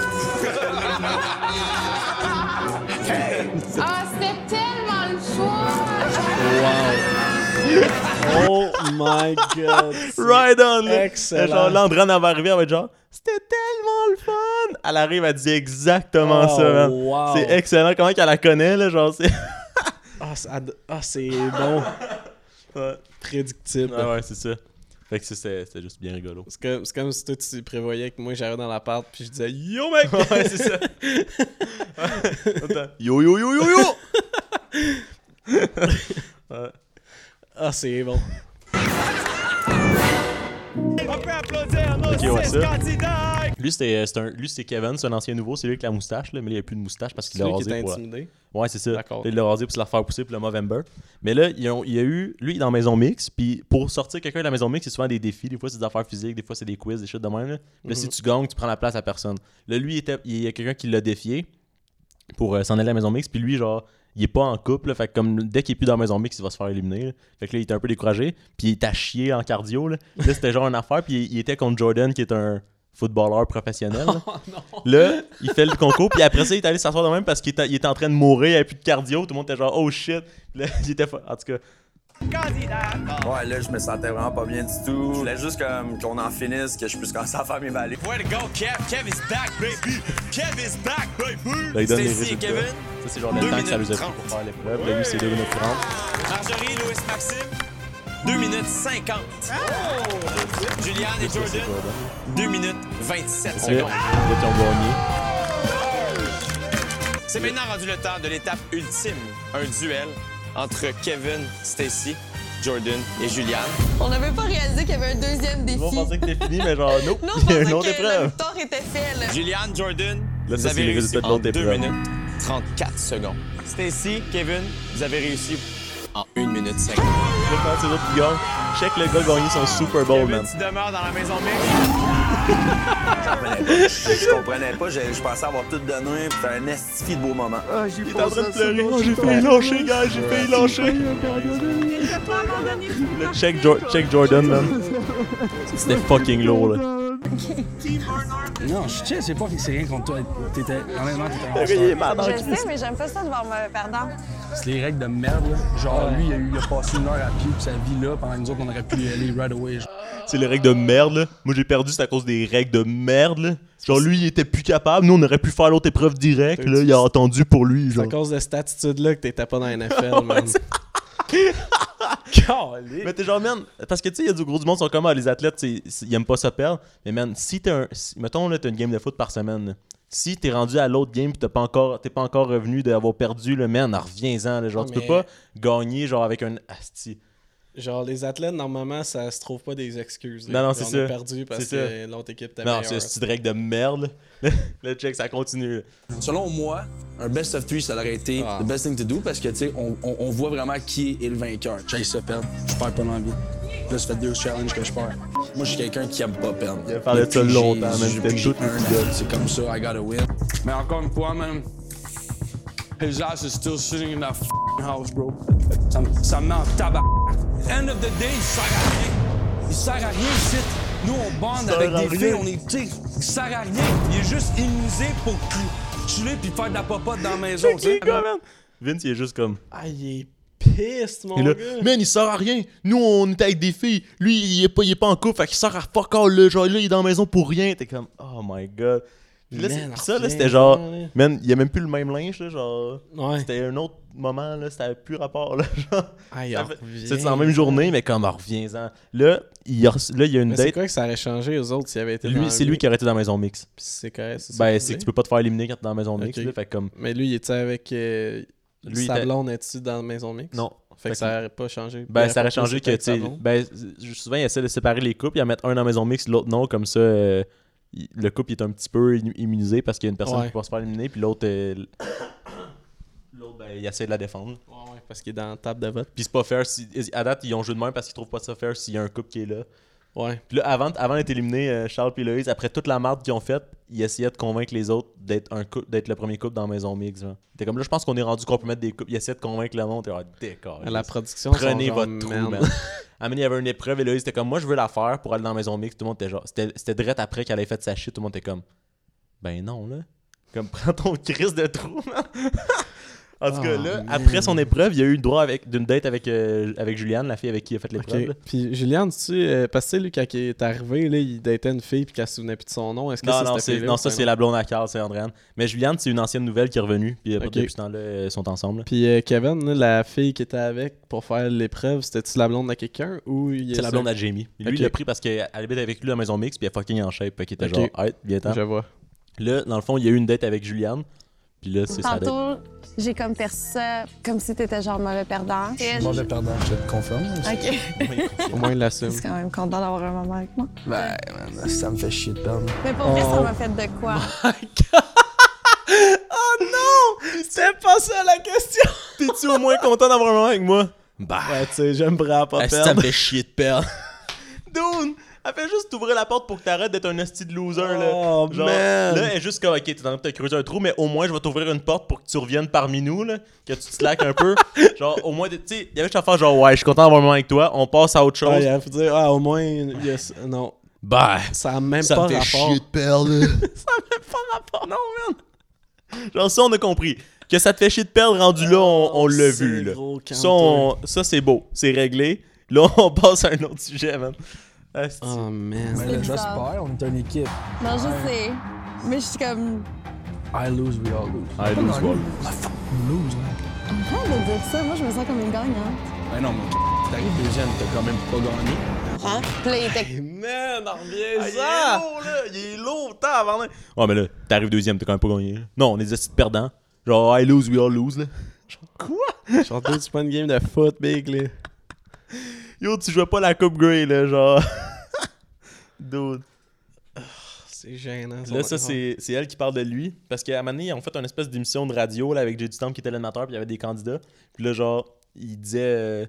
S8: Ah, c'était tellement le fun!
S2: Oh my god. c'est-
S1: Right on! là.
S2: excellent.
S1: Genre, là, André, elle va arriver, elle va être genre, c'était tellement le fun! Elle arrive, elle dit exactement
S2: Oh,
S1: ça, man.
S2: wow.
S1: C'est excellent, comment qu'elle la connaît, là, genre, c'est.
S2: Ah, ça- ah, c'est bon.
S1: ouais,
S2: Prédictible.
S1: ouais, c'est ça. Fait que ça, c'était c'était juste bien rigolo.
S2: C'est comme, c'est comme si toi tu prévoyais que moi j'arrive dans l'appart puis je disais Yo mec!
S1: Ouais, c'est ça. Attends. yo yo yo yo yo!
S2: ah c'est bon.
S1: Ok, ouais, ça. Lui, c'était euh, c'est un- lui, c'est Kevin, c'est un ancien nouveau, c'est lui avec la moustache, là, mais là, il a plus de moustache parce qu'il
S2: C'est
S1: l'a
S2: lui qui
S1: rasé.
S2: était
S1: pour la-
S2: intimidé.
S1: Ouais, c'est ça.
S2: D'accord.
S1: Là, Il l'a rasé pour se la faire pousser pour le Movember. Mais là, ils ont- il y a eu, lui, il est dans Maison Mix, puis pour sortir quelqu'un de la Maison Mix, c'est souvent des défis. Des fois, c'est des affaires physiques, des fois, c'est des quiz, des choses de même. Là, Puis là, si tu gagnes, tu prends la place à personne. Là, lui, il, était- il y a quelqu'un qui l'a défié pour euh, s'en aller à la Maison Mix, puis lui, genre, il est pas en couple, là, fait que comme dès qu'il est plus dans la maison mix, il va se faire éliminer. là. Fait que là, il était un peu découragé, puis il était à chier en cardio. Là, Là, c'était genre une affaire, puis il, il était contre Jordan, qui est un footballeur professionnel. là. Là, il fait le concours, puis après ça, il est allé s'asseoir de même parce qu'il était, il était en train de mourir, il avait plus de cardio, tout le monde était genre oh shit. Puis Là, il était fa- en tout cas,
S9: Ouais, là, je me sentais vraiment pas bien du tout. Je voulais juste comme qu'on en finisse, que je puisse commencer à faire mes balais. Way to go, Kev! Kev is back, baby! Kev is back,
S1: là,
S9: baby!
S1: il donne les résultats. Ça, c'est genre le temps que ça lui a pris pour faire l'épreuve. Là, lui, c'est 2 minutes 30.
S9: Marjorie, Louis Maxime, 2 minutes 50. Oh! Julianne et Jordan, 2 minutes 27
S1: Là,
S9: secondes.
S1: là, ils ont gagné.
S9: C'est maintenant rendu le temps de l'étape ultime, un duel entre Kevin, Stacy, Jordan et Julianne.
S8: On n'avait pas réalisé qu'il y avait un deuxième défi.
S1: Tout le monde pensait que c'était fini, mais genre, nope,
S8: Non,
S1: il y a
S8: on
S1: une
S8: pensait
S1: autre
S8: que le
S1: épreuve.
S8: tort était fait, là.
S9: Julianne, Jordan,
S1: Là,
S9: vous
S1: ça,
S9: avez
S1: c'est les
S9: réussi
S1: résultats de
S9: en
S1: l'autre
S9: 2
S1: épreuve.
S9: minutes 34 secondes. Stacy, Kevin, vous avez réussi en 1 minute 50.
S1: Là, quand c'est l'autre qui gagne, check le gars gagner son Super
S10: Oh,
S1: Bowl, man.
S11: Tu demeures dans la maison mère.
S9: Je comprenais pas, je, je pensais avoir tout donné, puis c'était un estifi de beau moment.
S12: Ah, j'ai
S1: Il est en train de pleurer. Oh, j'ai failli lâcher, gars, j'ai failli lâcher. Là, check, Jo- check Jordan, man. C'était fucking lourd, là.
S13: Non, je sais, c'est pas que c'est rien contre toi. T'étais, honnêtement, t'étais un
S1: Le gars, il est malade.
S8: Je sais, mais j'aime pas ça de voir me perdant.
S13: C'est les règles de merde, là. Genre, lui, il a, eu- il a passé une heure à pied, puis sa vie là, pendant que nous autres, on aurait pu y aller right away. genre.
S1: C'est les règles de merde, là. Moi, j'ai perdu, c'est à cause des règles de merde, là. Genre, lui, il était plus capable. Nous, on aurait pu faire l'autre épreuve direct, là. Il a attendu pour lui,
S2: C'est
S1: genre.
S2: à cause de cette attitude-là que t'étais pas dans la NFL, man.
S1: Mais t'es genre, man, parce que tu sais, il y a du gros du monde, sont comme, ah, les athlètes, tu sais, ils aiment pas ça perdre. Mais man, si t'es un. si- mettons, là, t'as une game de foot par semaine. là. Si t'es rendu à l'autre game pis t'as pas encore, t'es pas encore revenu d'avoir perdu, le man, alors reviens-en, là. Genre,
S2: Ouais,
S1: tu peux
S2: mais-
S1: pas gagner, genre, avec un asti.
S2: Genre, les athlètes, normalement, ça se trouve pas des excuses. là.
S1: Non, non,
S2: Puis
S1: c'est
S2: On
S1: ça.
S2: a perdu parce
S1: C'est ça.
S2: que l'autre équipe était
S1: Non,
S2: meilleure.
S1: c'est c'est une règle de merde, là. Le check, ça continue, là.
S10: Selon moi, un best of three, ça aurait été
S9: Ah.
S10: the best thing to do parce que, tu sais, on, on- on voit vraiment qui est le vainqueur. J'ai ça perdre. Je perds pas l'envie. Là, ça fait deux challenges que je perds. Moi, je suis quelqu'un qui aime pas perdre. Il a
S1: parlé de ça longtemps, man. C'était tout le gars.
S10: C'est comme ça, I gotta win. Mais encore une fois, man, his ass is still sitting in that f***ing house, bro. Ça, me- ça me met en tabac. End of the day, il sert à rien. Il sert à rien, ici. Nous, on bande
S12: sert
S10: avec
S12: à
S10: des
S12: rien.
S10: filles, on est tic. Il sert à rien. Il est juste immunisé pour cl- chiller puis faire de la popote dans la maison, tu sais.
S1: Vince, il est juste comme.
S2: Ah, il est piste, mon
S1: Et là,
S2: gars.
S1: man, il sert à rien. Nous, on était avec des filles. Lui, il est pas, il est pas en couple. Fait qu'il sert à fuck all, là. Genre, là, il est dans la maison pour rien. T'es comme, oh my god. Puis là,
S2: Man,
S1: c'est-
S2: on
S1: puis ça, là,
S2: revient,
S1: c'était genre,
S2: là.
S1: man, il y a même plus le même linge, là. Genre, c'était un autre moment, là. C'était plus rapport, là. Genre,
S2: Aïe,
S1: Ça
S2: on
S1: fait-
S2: revient.
S1: c'est dans la même journée, mais comme, alors, reviens-en. Là, il y a, reçu- là, il y a une
S2: Mais c'est
S1: date.
S2: quoi que ça aurait changé aux autres s'il avait été dans
S1: Lui,
S2: la
S1: c'est lui
S2: rue?
S1: qui aurait été dans la maison mix.
S2: Puis c'est correct, c'est ça
S1: Ben,
S2: que
S1: c'est
S2: je
S1: que tu
S2: dis.
S1: peux pas te faire éliminer quand t'es dans la maison mix,
S2: Ok.
S1: là. Fait que comme,
S2: Mais lui, il était avec. euh,
S1: Lui, il
S2: sa
S1: était-
S2: blonde, est-tu dans la maison mixte?
S1: Non.
S2: Fait, que ça aurait pas changé.
S1: Ben,
S2: Il
S1: ça aurait
S2: pas
S1: changé
S2: posé
S1: que, tu
S2: avec sa
S1: sais,
S2: blonde.
S1: ben, s- souvent, ils essaient de séparer les couples, ils en mettent un dans maison mixte, l'autre non, comme ça, euh, il- le couple il est un petit peu in- immunisé parce qu'il y a une personne
S2: Ouais.
S1: qui va se faire éliminer, puis l'autre, euh, l- l'autre, ben, il essaie de la défendre.
S2: Ouais, ouais, parce qu'il est dans la table de vote.
S1: Puis c'est pas fair, si, à date, ils ont joué de main parce qu'ils trouvent pas ça fair s'il y a un couple qui est là.
S2: Ouais.
S1: Puis là, avant, avant d'être éliminé, euh, Charles puis Loïse, après toute la marde qu'ils ont faite, ils essayaient de convaincre les autres d'être un couple- d'être le premier couple dans maison mixte. genre. T'es comme là, je pense qu'on est rendu qu'on peut mettre des couples. Ils essayaient de convaincre le monde. T'es genre, décor.
S2: À la production,
S1: Prenez
S2: sont genre,
S1: votre trou,
S2: Man.
S1: man. Amélie, il y avait une épreuve et Loïse était comme, moi, je veux la faire pour aller dans maison mixte. Tout le monde était genre, c'était c'était direct après qu'elle avait fait sa shit. Tout le monde était comme, ben non, là. Comme, prends ton crise de trou, man. En tout cas,
S2: Ah,
S1: là,
S2: man.
S1: après son épreuve, il a eu le droit avec- d'une date avec, euh, avec Juliane, la fille avec qui il a fait l'épreuve.
S2: Ok.
S1: là.
S2: Puis Juliane, tu sais, euh, parce que tu sais, lui, quand il est arrivé, là, il datait une fille puis qu'elle se souvenait plus de son nom. Est-ce que
S1: Non,
S2: c'est
S1: non,
S2: cette
S1: c'est,
S2: fille-là
S1: non,
S2: ou
S1: ça,
S2: un
S1: c'est
S2: autre?
S1: la blonde à Carl, c'est Andréane. Mais Juliane, c'est une ancienne nouvelle qui est revenue, puis après,
S2: Ok.
S1: depuis ce temps-là, euh, ils sont ensemble.
S2: Puis euh, Kevin, là, la fille qui était avec pour faire l'épreuve, c'était-tu la blonde de quelqu'un ou il est
S1: C'est la blonde à
S2: seul?
S1: Jamie. Lui,
S2: Ok.
S1: il l'a pris parce qu'elle habite avec lui à la maison mixte, puis elle est fucking en shape, fait qu'il était
S2: Ok.
S1: genre, hey, viens
S2: Je vois.
S1: Là, dans le fond, il y a eu une date avec Juliane, puis là, c'est sa date.
S8: Tantôt, j'ai comme perçu ça comme si t'étais genre mauvais perdant.
S13: Mauvais perdant, je te confirme.
S8: Ok.
S1: Oh
S2: Au moins, il l'assume.
S8: C'est quand même content d'avoir un moment avec moi.
S13: Ben, man, ça me fait chier de perdre.
S8: Mais pour vrai, ça m'a fait de quoi?
S2: Oh non! C'était pas ça la question!
S1: T'es-tu au moins content d'avoir un moment avec moi? Bah!
S2: Ouais, tu sais, j'aimerais pas
S1: Ah,
S2: perdre.
S1: ça me fait chier de perdre.
S2: Dude,
S1: Elle fait juste t'ouvrir la porte pour que t'arrêtes d'être un hostie de loser, là.
S2: Oh,
S1: Genre,
S2: man.
S1: Là, elle est juste comme, ok, t'es en train de te creuser un trou, mais au moins, je vais t'ouvrir une porte pour que tu reviennes parmi nous, là. Que tu te slackes un peu. Genre, au moins, tu sais, il y avait juste à faire genre, ouais, je suis content d'avoir un moment avec toi, on passe à autre chose.
S2: Ah, il faut dire, ah, au moins, il y a- non.
S1: Bah,
S2: ça a même
S1: ça
S2: pas
S1: me fait
S2: rapport.
S1: chier de perdre, là. Genre, ça, on a compris. Que ça te fait chier de perdre, rendu là, on, on l'a vu. Là.
S2: Oh, gros, calme-toi.
S1: ça, on- ça, c'est beau. C'est réglé. Là, on passe à un autre sujet, man.
S2: Oh, man.
S10: Mais là, j'espère, on est une équipe.
S3: Non, je sais. Mais je suis comme.
S10: I lose, we all lose.
S1: I lose, we all
S10: lose. I fucking lose, man.
S3: Arrête de dire ça. Moi, je me sens comme une gagnante.
S10: Ben non, mais c- t'arrives deuxième, t'as quand même pas gagné.
S3: Hein? Puis là, il était.
S1: Eh, Man,
S3: reviens
S1: ça! Ah, Il est lourd, là! Il est lourd, t'as avant. Ouais, mais là, t'arrives deuxième, t'as quand même pas gagné. là. Non, on est des petits perdants. Genre, I lose, we all lose, là.
S2: Genre, toi, c'est pas une game de foot, big, là.
S1: Yo, tu jouais pas la Coupe Grey, là, genre. Dude.
S2: C'est gênant.
S1: Là, ça, c'est c'est elle qui parle de lui. Parce qu'à un moment donné, ils ont fait une espèce d'émission de radio là, avec Jay Temple qui était l'animateur, puis il y avait des candidats. Puis là, genre, il disait. euh,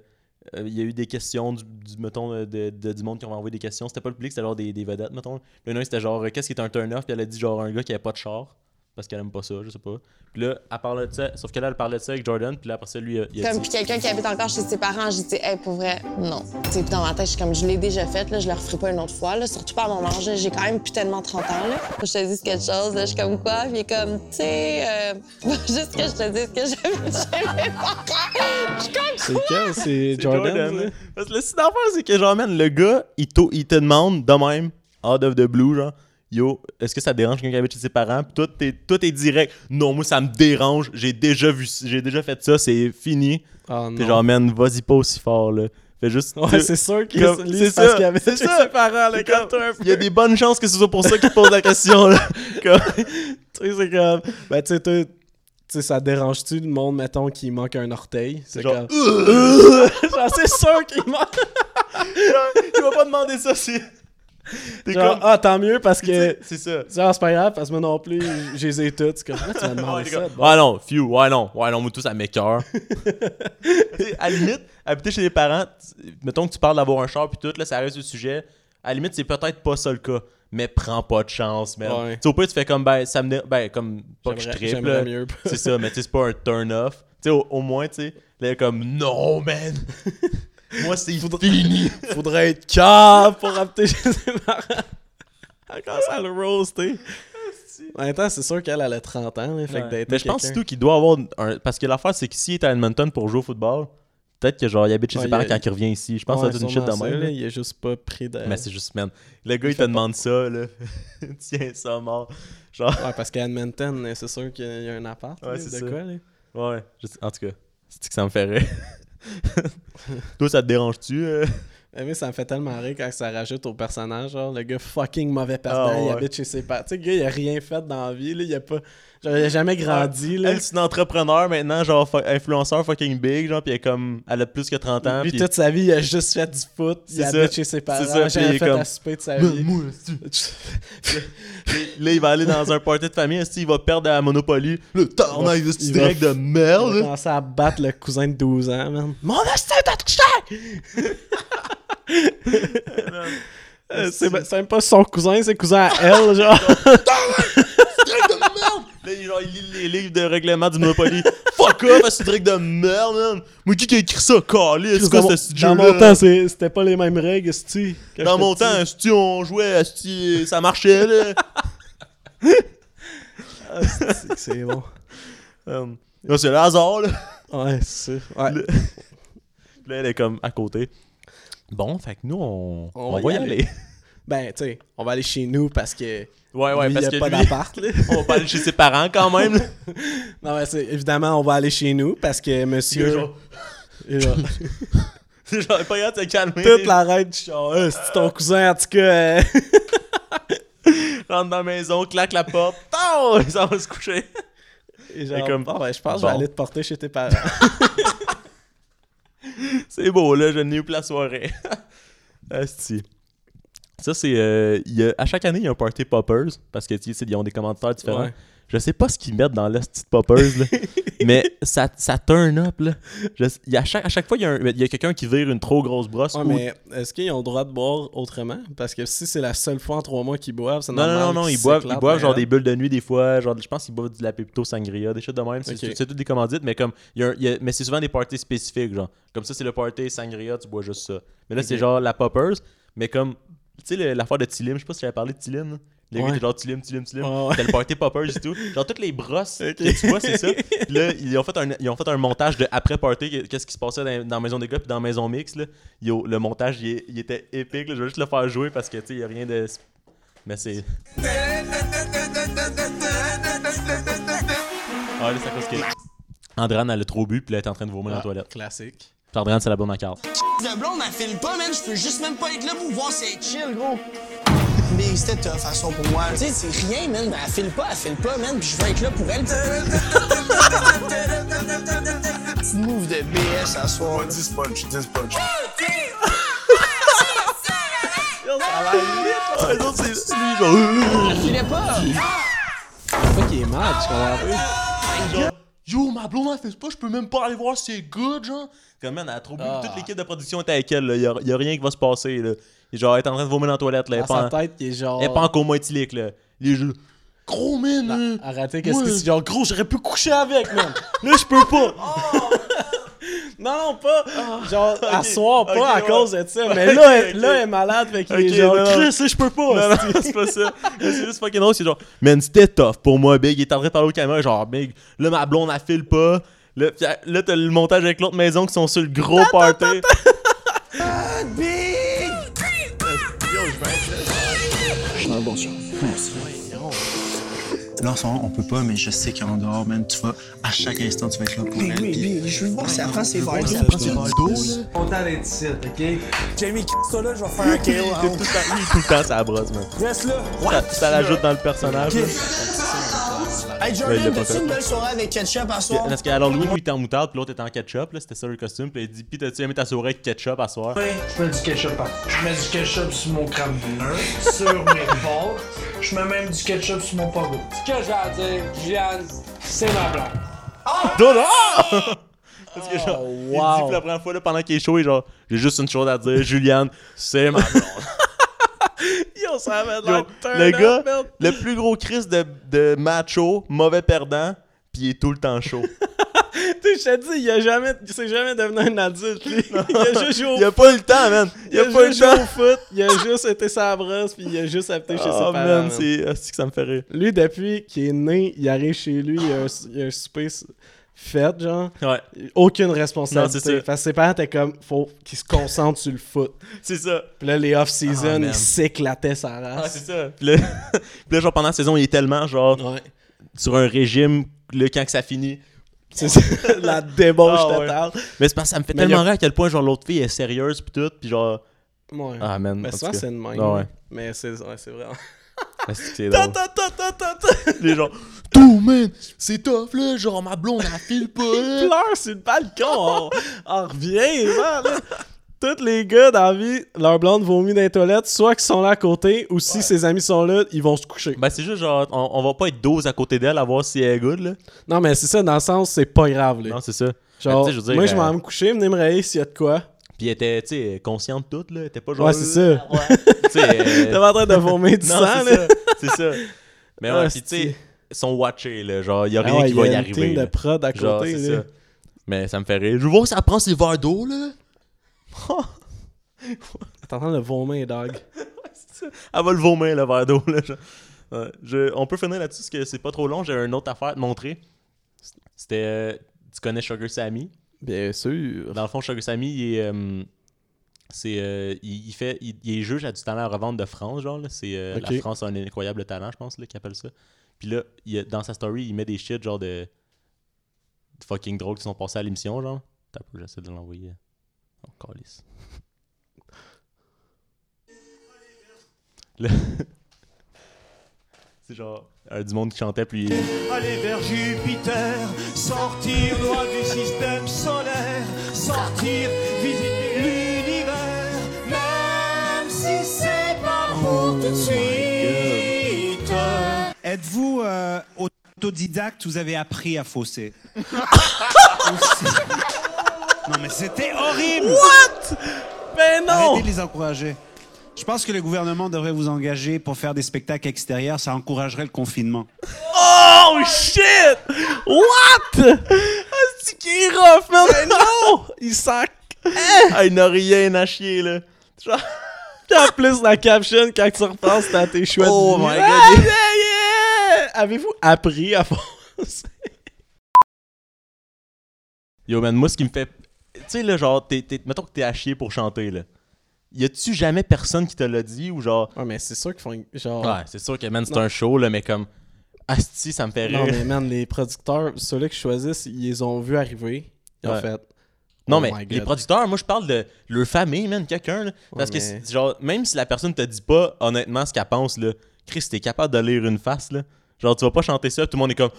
S1: euh, il y a eu des questions, du, du- mettons, euh, de, de- du monde qui m'a envoyé des questions. C'était pas le public, c'était genre des, des vedettes, mettons. Le nain, c'était genre, euh, qu'est-ce qui est un turn-off? Puis elle a dit, genre, un gars qui avait pas de char. Parce qu'elle aime pas ça, je sais pas. Puis là, elle parlait de ça. Sauf que là, elle parlait de ça avec Jordan. Puis là, après ça, lui, euh, il a
S8: Comme
S1: dit.
S8: puis quelqu'un qui habite encore chez ses parents, j'ai dit, hey, pour vrai, non. Tu sais, puis dans ma tête, je suis comme, je l'ai déjà faite, là, je le referai pas une autre fois, là, surtout pas à mon âge, là, j'ai quand même plus tellement 30 ans, là. Faut que je te dise quelque chose, là, je suis comme quoi, puis il est comme, tu sais, euh, juste que je te dise que j'aime chez mes parents. Je suis comme,
S2: C'est quel? C'est Jordan?
S1: Jordan. là. Parce que le site d'affaires, c'est que genre, man, le gars, il, t'au- il te demande de même, out of the blue, genre, yo, est-ce que ça dérange quelqu'un qui habite chez ses parents? Puis toi, t'es, toi, t'es direct. Non, moi, ça me dérange. J'ai déjà vu, j'ai déjà fait ça, c'est fini. Puis
S2: Ah, non.
S1: genre, man, vas-y pas aussi fort, là. Fais juste.
S2: Ouais, c'est sûr que
S1: Comme-
S2: c'est- lui,
S1: c'est
S2: c'est parce
S1: ça,
S2: qu'il avait
S1: c'est
S2: chez
S1: ça.
S2: ses parents, là,
S1: C'est comme-
S2: calme-toi un peu.
S1: Il y a des bonnes chances que ce soit pour ça qu'il te pose la question, là. Comme-
S2: Tu sais, c'est comme. Ben, tu sais, toi, tu sais, ça te dérange-tu le monde, mettons, qui manque un orteil? C'est
S1: Genre, euh.
S2: comme.
S1: Genre, c'est sûr qu'il m'a. tu vas pas demander ça, c'est. T'es
S2: Genre,
S1: comme-
S2: ah, tant mieux parce que.
S1: C'est ça.
S2: Genre, c'est pas grave parce que moi non plus, je les ai toutes. C'est comme, pourquoi tu m'as
S1: Ouais,
S2: demandé
S1: les gars.
S2: ça?
S1: Ouais, non, few, ouais, non, ouais, non, moi, tout ça m'écœure. Tu sais, à la limite, habiter chez les parents, tu- mettons que tu parles d'avoir un char puis tout, là, ça reste le sujet. À la limite, c'est peut-être pas ça le cas, mais prends pas de chance, man.
S2: Ouais.
S1: Tu sais, au pire, tu fais comme, ben, ça me. dé- Ben, comme, pas que je
S2: J'aimerais-
S1: triple.
S2: j'aimerais mieux.
S1: C'est ça, mais tu sais, c'est pas un turn-off. Tu sais, au, au moins, tu sais, là, comme, non, man. Moi, c'est fini.
S2: Faudrait être calme pour rappeler chez ses parents. Ah, Elle commence à le roaster. En même temps, c'est sûr qu'elle, elle a 30 ans, là, fait que
S1: Ouais.
S2: d'être
S1: Mais je pense
S2: Ben, quelqu'un-
S1: surtout qu'il doit avoir un. Parce que l'affaire, c'est que s'il est à Edmonton pour jouer au football, peut-être que genre, il habite chez
S2: Ouais,
S1: ses parents
S2: il a-
S1: quand il revient ici. Je pense
S2: Ouais,
S1: que c'est une shit
S2: sûrement
S1: de
S2: ça,
S1: même.
S2: là,
S1: là.
S2: Il a juste pas pris de.
S1: Mais c'est juste, man. Le gars, il te demande ça, là. Tiens, ça mort. Genre.
S2: Ouais, parce qu'à Edmonton, c'est sûr qu'il y a un appart.
S1: Ouais,
S2: là,
S1: c'est ça.
S2: de quoi, là?
S1: Ouais, je sais- en tout cas, c'est que ça me fait rire. Toi, ça te dérange-tu? euh?
S2: Eh, Mais ça me fait tellement rire quand ça rajoute au personnage, genre le gars fucking mauvais perdant,
S1: Ah, ouais.
S2: il habite chez ses parents. Tu sais, le gars, il a rien fait dans la vie, là, il a pas. Genre, il a jamais grandi, là.
S1: Ah, Elle, c'est une entrepreneur maintenant, genre fu- influenceur fucking big, genre, pis elle est comme. Elle a plus que 30 ans.
S2: Lui,
S1: puis-
S2: toute sa vie, il a juste fait du foot, il
S1: C'est ça.
S2: habite chez ses parents,
S1: C'est ça,
S2: il a
S1: puis il
S2: jamais
S1: est
S2: fait
S1: comme,
S2: à souper de sa
S1: Ben,
S2: vie.
S1: moi, Là, il va aller dans un party de famille, est-ce qu'il va perdre à Monopoly? Le tarnac de ce direct de
S2: Il va
S1: merde!
S2: commencer à battre le cousin de 12 ans, man. Mon astuce, t'as touché! Euh, C'est c'est même pas son cousin, c'est le cousin à elle, genre.
S1: Là, il- genre, il lit les livres de règlement du Monopoly. Fuck off, ce truc de merde, man! Moi, qui a écrit ça, calé? C'est quoi
S2: dans,
S1: ce
S2: mon-
S1: petit
S2: dans
S1: jeu-là?
S2: mon temps, c'est- c'était pas les mêmes règles, c'ti. Quand
S1: Dans
S2: j'étais
S1: mon
S2: petit.
S1: temps, esti, on jouait, esti, ça marchait, là.
S2: C'est- C'est bon.
S1: Um, là, c'est le hasard, là.
S2: Ouais, c'est ça. Ouais.
S1: Le- Là, elle est comme à côté. Bon, fait que nous, on, on va, y aller.
S2: Ben, tu sais, on va aller chez nous parce que.
S1: Ouais, ouais,
S2: lui,
S1: parce
S2: il a
S1: que
S2: pas
S1: lui-
S2: d'appart, là.
S1: on va pas aller chez ses parents quand même, là.
S2: Non, mais c'est évidemment, on va aller chez nous parce que
S1: Le
S2: monsieur.
S1: genre-
S2: Et genre,
S1: C'est genre, pas grave, t'es calmé.
S2: toute la reine, je suis genre, euh, c'est ton cousin, en tout cas. euh,
S1: Rentre dans la maison, claque la porte. Oh, ça va se coucher.
S2: Et genre,
S1: Et comme-
S2: bon, ben, je pense que je
S1: Bon.
S2: vais aller te porter chez tes parents.
S1: C'est beau, là, je n'ai eu plus la soirée. Asti. Ça, c'est. euh, il y a- à chaque année, il y a un party Poppers parce que tu sais, ils ont des commentateurs différents.
S2: Ouais.
S1: Je sais pas ce qu'ils mettent dans la petite poppeuse, là, mais ça, ça turn up. Là. Je sais- il y a à, chaque, à chaque fois, il y a, un- il y a quelqu'un qui vire une trop grosse brosse.
S2: Ouais,
S1: ou-
S2: mais est-ce qu'ils ont le droit de boire autrement? Parce que si c'est la seule fois en trois mois qu'ils boivent, c'est ben
S1: Non,
S2: normal.
S1: non, non, non,
S2: qu'ils
S1: ils boivent, ils
S2: s'éclatent,
S1: boivent genre
S2: mais-
S1: des bulles de nuit des fois. Genre, je pense qu'ils boivent du la Pepto Sangria, des choses de même. C'est
S2: Ok.
S1: c'est toutes des commandites, mais comme il y a un- il y a- mais c'est souvent des parties spécifiques. genre Comme ça, c'est le party Sangria, tu bois juste ça. Mais là, c'est
S2: Ok.
S1: genre la Poppers, mais comme, tu sais, le- l'affaire de Tilim, je sais pas si j'avais parlé de Tilim. là. Les gars
S2: Ouais.
S1: étaient genre Tilim, Tilim, Tilim.
S2: Ouais, ouais.
S1: C'était le party Poppers et tout. Genre toutes les brosses que tu vois, c'est ça. Puis là, ils ont, fait un, ils ont fait un montage de après party, qu'est-ce qui se passait dans, dans Maison des gars puis dans Maison Mix. Là. Yo, le montage, il, est- il était épique. là. Je vais juste le faire jouer parce que, tu sais, il y a rien de. Mais c'est. Ah, là, c'est à cause que. Andréane, elle a trop bu, puis là, elle est en train de vomir dans la
S2: Ah,
S1: toilette.
S2: classique.
S1: Puis Andréane, c'est la bonne à carte.
S9: De blonde, elle file pas, man. Je peux juste même pas être là pour voir c'est chill, gros. Mais c'était tough, façon pour moi. Tu sais, c'est rien, man. Mais elle file pas, elle file pas, man. Puis je vais être là pour elle. Petit move de BS à soir. Pas 10 punch, 10 punch.
S1: Ah, non, c'est lui, genre.
S9: Elle filait pas.
S2: Pourquoi qu'il est mad, tu comprends
S1: Genre, Yo, ma blonde, elle fait pas, je peux même pas aller voir si c'est good, genre. Comme, man, elle a trop bu.
S2: Ah.
S1: Toute l'équipe de production est avec elle, là. Y a, y a rien qui va se passer, là. Et genre, elle est en train de vomir dans la toilette, là. Elle
S2: Dans
S1: est pas
S2: sa
S1: en-
S2: tête, il est genre.
S1: elle est pas en coma éthylique, là. Les jeux. Gros, man! euh,
S2: Arrêtez, qu'est-ce
S1: ouais.
S2: que c'est? Genre, gros, j'aurais pu coucher avec, man! Là, je peux pas! non, non, pas! Genre, à
S1: Ah, ok,
S2: soir, pas
S1: ok,
S2: à
S1: ouais.
S2: cause de ça, mais
S1: Ok,
S2: là, elle-
S1: ok.
S2: là, elle est malade, fait qu'il
S1: Ok,
S2: est genre,
S1: non, non.
S2: Chris, je peux
S1: Non,
S2: pas!
S1: non, c'est pas ça. Mais c'est juste fucking drôle. C'est genre, man, c'était tough pour moi, Big. Il est en train de parler au caméra, genre, Big, là, ma blonde, elle file pas. Là, pis, là, t'as le montage avec l'autre maison qui sont sur le gros party.
S9: Big!
S14: Je suis dans le bon champ. Merci. Là, en ce moment, on peut pas, mais je sais qu'en dehors, même, tu vas, à chaque instant, tu vas être là pour
S9: Big,
S14: elle.
S9: big, big. Je veux voir si elle prend ses verres.
S14: si elle prend ses verres d'eau, là.
S9: Content d'être ici, OK? Jamie, ça là, je vais faire un
S1: Il est
S9: kill.
S15: hein.
S1: tout le temps- il est tout le temps sa brosse, man.
S9: Reste là.
S1: Ça, ça l'ajoute dans le personnage.
S9: Ok.
S1: là. Ouais,
S9: Hey,
S1: il l'a
S9: Jordan,
S1: pas
S9: t'as-tu
S1: fait.
S9: une belle soirée avec ketchup à soir?
S1: Parce que alors Louis lui était en moutarde, puis l'autre était en ketchup, là, c'était ça le costume, puis il dit Pis t'as-tu aimé ta souris avec ketchup à soir
S15: Je mets du ketchup partout. Je mets du ketchup sur mon crème brûlée, sur mes bords. Je mets même du ketchup sur mon pogo.
S16: Ce que j'ai à dire, Juliane, c'est ma blague.
S1: Dodo ah! Parce que
S2: Oh,
S1: genre, il dit pour la première fois là, pendant qu'il est chaud, il est genre J'ai juste une chose à dire, Juliane, c'est ma blonde.
S2: Yo, ça avait
S1: Yo,
S2: l'air turn
S1: le
S2: up,
S1: gars,
S2: man.
S1: le plus gros Chris de, de macho, mauvais perdant, puis il est tout le temps chaud.
S2: Tu sais, je te dis, il a jamais, il s'est jamais devenu un adulte, lui. Il a juste joué au
S1: il a pas le temps, man. Il a pas le
S2: juste joué
S1: temps.
S2: au foot, il a juste été sa brosse, puis il a juste habité chez ses
S1: Oh
S2: parents.
S1: man,
S2: man.
S1: c'est hostie que ça me fait rire.
S2: Lui, depuis qu'il est né, il arrive chez lui, il y a un, il y a un souper s- fait, genre.
S1: Ouais.
S2: Aucune
S1: Non,
S2: responsabilité.
S1: c'est ça.
S2: Parce que ses parents étaient comme, faut qu'ils se concentrent sur le foot.
S1: C'est ça.
S2: Puis là, les
S1: Ah,
S2: off-season,
S1: man.
S2: il s'éclatait sa race.
S1: Ah, c'est ça. Puis là, puis là, genre, pendant la saison, il est tellement, genre, sur un régime, le quand que ça finit.
S2: C'est ça, la débauche
S1: Ah, ouais.
S2: totale.
S1: Mais c'est parce que ça me fait
S2: Mais
S1: tellement
S2: il y a-
S1: rire à quel point, genre, l'autre fille est sérieuse, puis tout, puis genre.
S2: Ouais.
S1: Ah, man. en
S2: Mais
S1: tout
S2: souvent,
S1: cas.
S2: c'est le même. hein.
S1: Ah, ouais.
S2: Mais c'est ouais, c'est vrai.
S1: Ah, c'est que c'est
S2: Ta,
S1: drôle.
S2: ta, ta, ta, ta, ta.
S1: Les gens. Tout, man, c'est tough, là. Genre, ma blonde, elle file pas. là.
S2: Il pleure sur le balcon. On, on revient, man, là. Tous les gars dans la vie, leur blonde vomit dans les toilettes, soit qu'ils sont là à côté, ou si ses amis sont là, ils vont se coucher.
S1: Ben, c'est juste, genre, on, on va pas être 12 à côté d'elle à voir si elle est good, là.
S2: Non, mais c'est ça, dans le sens, c'est pas grave, là.
S1: Non, c'est ça.
S2: Genre,
S1: Mais tu sais, je veux dire,
S2: moi, je
S1: euh,
S2: m'en vais me coucher, venez me rayer s'il y a de quoi.
S1: Puis elle était, tu sais, consciente toute, là. Elle était pas genre.
S2: Ouais, c'est ça.
S1: euh, Ouais. Tu sais. euh,
S2: T'es pas en train de vomir du
S1: Non,
S2: sang,
S1: c'est
S2: là.
S1: ça, C'est ça. Mais ouais,
S2: Ah,
S1: puis tu sais, ils sont watchés, là. Genre, il y a
S2: Ah
S1: rien
S2: ouais,
S1: qui
S2: il y
S1: va
S2: a
S1: y
S2: une
S1: arriver.
S2: team de
S1: là.
S2: prod à
S1: Genre,
S2: côté,
S1: c'est
S2: là.
S1: ça. Mais ça me fait rire. Je veux voir si elle prend ses verres d'eau, là.
S2: T'es en train de vomir, dog.
S1: Elle va le vomir, le verre d'eau, là. genre. Ouais, je- on peut finir là-dessus parce que c'est pas trop long. J'ai une autre affaire à te montrer. C'était. euh, tu connais Sugar Sammy?
S2: Bien sûr.
S1: Dans le fond, Sugar Sammy, il est. euh, c'est, euh, il, il fait, il, il est juge à du talent à revendre de France, genre. là. C'est, euh,
S2: Ok.
S1: La France a un incroyable talent, je pense, là, qu'il appelle ça. Puis là, il a- dans sa story, il met des shit, genre de. de fucking drôles qui sont passés à l'émission, genre. T'as peu, j'essaie de l'envoyer. Oh, On calisse. Là- C'est genre. euh, du monde qui chantait, puis.
S10: Aller vers Jupiter, sortir loin du système solaire, sortir, visiter l'univers, même si c'est pas pour tout de suite. Êtes-vous euh,
S17: autodidacte, vous avez appris à fausser. non, mais c'était horrible!
S18: What?
S17: Mais non! Arrêtez de les encourager. Je pense que le gouvernement devrait vous engager pour faire des spectacles extérieurs, ça encouragerait le confinement.
S18: Oh shit! What? C'est qui est rough, man? Mais non!
S1: Ben Il sac. Ah, il n'a rien à chier, là. Genre-
S19: Puis Hein? en plus, la caption, quand tu repenses, t'as tes chouettes.
S1: Oh
S19: vies.
S1: my
S19: Ah,
S1: God.
S19: yeah, yeah! Avez-vous appris à foncer?
S1: Yo, man, moi, ce qui me fait. Tu sais, là, genre, t'es, t'es- mettons que t'es à chier pour chanter, là. Y a-tu jamais personne qui te l'a dit ou genre.
S2: Ouais, mais c'est sûr qu'ils font. Genre...
S1: Ouais, c'est sûr que, man, c'est
S2: Non.
S1: un show, là, mais comme. Asti, ça me fait rire.
S2: Non, mais man, les producteurs, ceux-là qui choisissent, ils les ont vus arriver. Ils ont
S1: Ouais.
S2: fait.
S1: Non,
S2: Oh
S1: mais
S2: my
S1: les
S2: God.
S1: producteurs, moi, je parle de leur famille, man, quelqu'un, là. Parce
S2: Ouais,
S1: que,
S2: mais-
S1: c'est- genre, même si la personne te dit pas honnêtement ce qu'elle pense, là, Chris, t'es capable de lire une face, là. Genre, tu vas pas chanter ça, tout le monde est comme.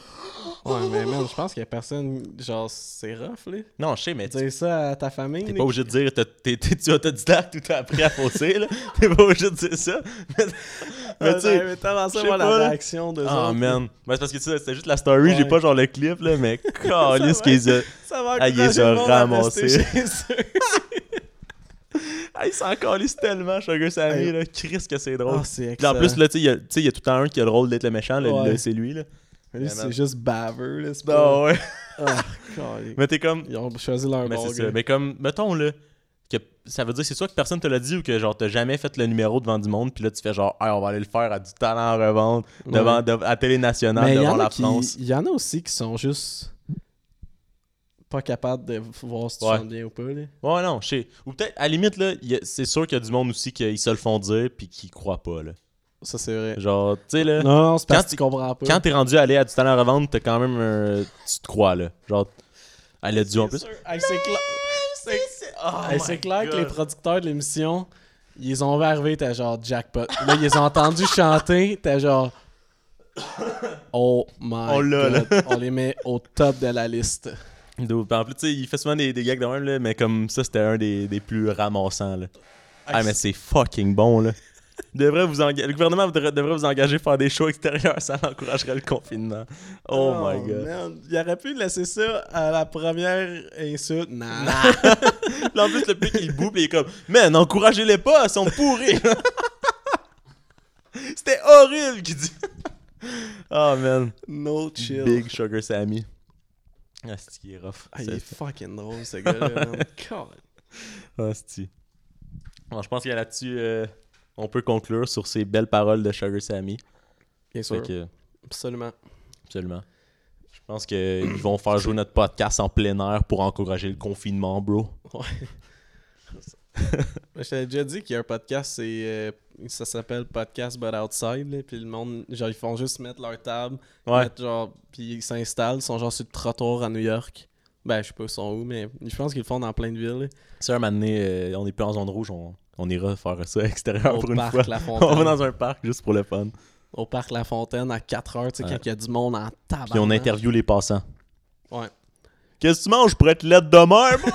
S2: Ouais, mais man, je pense qu'il y a personne. Genre, c'est rough, là.
S1: Non, je sais, mais.
S2: Dire ça à ta famille.
S1: T'es
S2: là,
S1: pas obligé de dire t'as- t'es- t'es- tu autodidacte ou t'as appris à fausser, là. T'es pas obligé de dire ça. Mais,
S2: Ouais,
S1: tu sais,
S2: non, mais t'as pensé
S1: je sais
S2: voir la
S1: pas, là.
S2: réaction d'eux
S1: Ah,
S2: autres,
S1: man.
S2: là.
S1: Ben, c'est parce que tu sais, c'était juste la story, j'ai
S2: Ouais.
S1: pas genre le clip, là, mais
S2: Ça
S1: calisse
S2: va-
S1: qu'ils ont.
S2: ça va
S1: Ah, ils les
S2: encourager
S1: ont
S2: le monde à
S1: ramassés.
S2: rester chez eux.
S1: Ah, il s'en calisse tellement, Sugar Sammy,
S2: Hey.
S1: là. Chris, que c'est drôle.
S2: Ah, c'est
S1: Oh, Puis en plus,
S2: excellent.
S1: là, tu sais, il y a- tu sais, il y a tout le temps un qui a le rôle d'être le méchant, là,
S2: Ouais.
S1: là, c'est lui, là.
S2: Mais lui,
S1: Mais man.
S2: c'est juste baveux, là. c'est
S1: Non,
S2: pas-
S1: Ben ouais.
S2: Ah, calé.
S1: Mais t'es comme.
S2: Ils ont choisi leur
S1: Mais
S2: bon
S1: c'est
S2: gars.
S1: ça. Mais comme, mettons, là, que ça veut dire, c'est soit que personne te l'a dit ou que genre, t'as jamais fait le numéro devant du monde, puis là, tu fais genre, Hey, on va aller le faire à du talent en revente, devant,
S2: Ouais.
S1: dev- à Télé Nationale,
S2: Mais il y
S1: devant
S2: en a
S1: la
S2: qui-
S1: France.
S2: Il y en a aussi qui sont juste pas capables de voir si tu
S1: Ouais.
S2: chantes bien ou pas. Là.
S1: Ouais, non, je sais. Ou peut-être, à la limite, là, il y a- c'est sûr qu'il y a du monde aussi qui se le font dire, puis qui croient pas, là.
S2: Ça, c'est vrai.
S1: Genre, tu sais, là.
S2: Non, non, c'est parce
S1: quand
S2: que tu comprends pas.
S1: Quand t'es rendu à aller à du talent en revente, t'as quand même. euh, tu te crois, là. Genre, elle a dû en plus.
S2: Hey, c'est clair, c'est-
S1: Oh
S2: oh Hey, c'est
S18: my
S2: clair que
S18: God.
S2: les producteurs de l'émission, ils ont vu arriver, t'as genre jackpot. Là, ils les ont entendus chanter, t'as genre. Oh my
S1: On l'a, là.
S2: god. On les met au top de la liste.
S1: D'où- puis En plus, tu sais, il fait souvent des, des gags de même, là, mais comme ça, c'était un des, des plus ramassants. Là. Ah, mais c'est fucking bon, là. Devrait vous enga- Le gouvernement devrait, devrait vous engager à faire des shows extérieurs, ça encouragerait le confinement. Oh, my god.
S2: man, Il aurait pu laisser ça à la première insulte. Nah.
S1: Là, en plus, le public, il boue, puis il est comme Man, encouragez-les pas, ils sont pourris. C'était horrible qu'il dit. oh, man.
S2: No chill.
S1: Big Sugar Sammy. Ah, c'est qui est rough.
S2: Ah, il
S1: Ça-
S2: est fucking drôle, ce gars-là. man. God.
S1: Hostie. Bon, je pense que là-dessus, euh, on peut conclure sur ces belles paroles de Sugar Sammy.
S2: Bien
S1: Fait
S2: sûr.
S1: que,
S2: Absolument.
S1: absolument. Je pense qu'ils vont faire jouer notre podcast en plein air pour encourager le confinement, bro.
S2: Ouais. Mais Je t'avais déjà dit qu'il y a un podcast, c'est, euh, ça s'appelle Podcast But Outside. là, puis le monde, genre, ils font juste mettre leur table,
S1: Ouais.
S2: mettre, genre, puis ils s'installent, ils sont genre sur le trottoir à New York. Ben, je sais pas où ils sont où, mais je pense qu'ils le font dans plein de villes. là.
S1: Si un moment donné, euh, on n'est plus en zone rouge, on, on ira faire ça extérieur
S2: Au
S1: Ah, pour une
S2: parc
S1: fois.
S2: La Fontaine.
S1: on va dans un parc juste pour le fun.
S2: Au parc La Fontaine à 4h, tu sais,
S1: Ouais.
S2: quand il y a du monde en table.
S1: Puis on interview les passants.
S2: Ouais.
S1: Qu'est-ce que tu manges pour être lettre de même?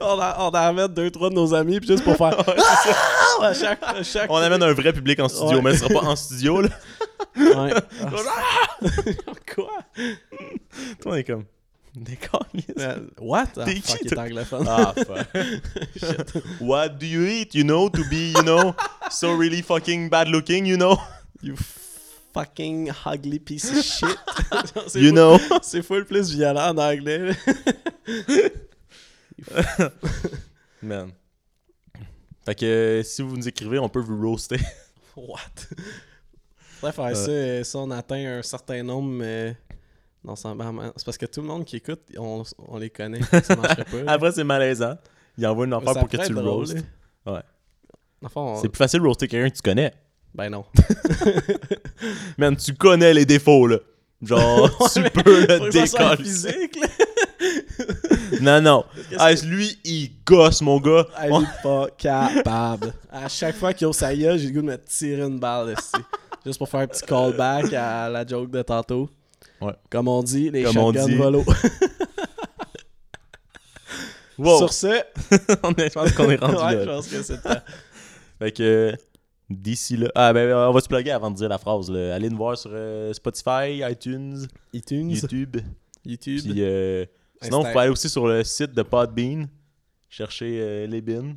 S2: on, en, on en met deux, trois de nos amis, puis juste pour faire. Ah! À chaque, à chaque-
S1: on amène un vrai public en studio,
S2: Ouais.
S1: mais ce sera pas en studio, là.
S2: Ouais. Ah.
S1: Quoi? Toi, on est comme. Des câlisses.
S2: Euh, what? Ah,
S1: T'es
S2: fuck,
S1: qui,
S2: il est
S1: toi?
S2: anglophone.
S1: Ah, fuck. what do you eat, you know, to be, you know, so really fucking bad looking, you know?
S2: You fucking ugly piece of shit. Genre, c'est
S1: You
S2: full-
S1: know.
S2: C'est full plus violent en anglais.
S1: Man. Fait que euh, si vous nous écrivez, on peut vous roaster.
S2: What? Faudrait faire ça euh, si on atteint un certain nombre, mais. Non, ça va, man. c'est parce que tout le monde qui écoute, on, on les connaît. Ça marcherait pas. là.
S1: Après, c'est malaisant. Il envoie une affaire
S2: ça
S1: pour que
S2: pourrait
S1: tu
S2: être
S1: le
S2: drôle, hein.
S1: roastes. Ouais.
S2: Dans le fond, on-
S1: C'est plus facile de roaster quelqu'un que tu connais.
S2: Ben non.
S1: Man, tu connais les défauts, là. Genre, tu
S2: Ouais,
S1: peux
S2: faut
S1: le
S2: y penser à la
S1: décoller.
S2: physique, là.
S1: Non, non.
S2: Qu'est-ce
S1: Ah,
S2: que- Ah,
S1: lui, il gosse, mon gars.
S2: Elle
S1: On-
S2: est pas capable. À chaque fois qu'il ouvre sa gueule, j'ai le goût de me tirer une balle ici. Juste pour faire un petit callback à la joke de tantôt.
S1: Ouais.
S2: Comme on dit, les
S1: Comme on
S2: shotguns
S1: dit.
S2: volo.
S1: Wow.
S2: Sur ce,
S1: on est- je pense qu'on est rendu là.
S2: Ouais, je pense que c'est le temps.
S1: Fait que, D'ici là. Ah, ben, on va se plugger avant de dire la phrase. Là. Allez nous voir sur euh, Spotify, iTunes, YouTube.
S2: YouTube.
S1: Puis, euh, sinon, vous
S2: Insta-
S1: pouvez aller aussi sur le site de Podbean, chercher euh, les bins.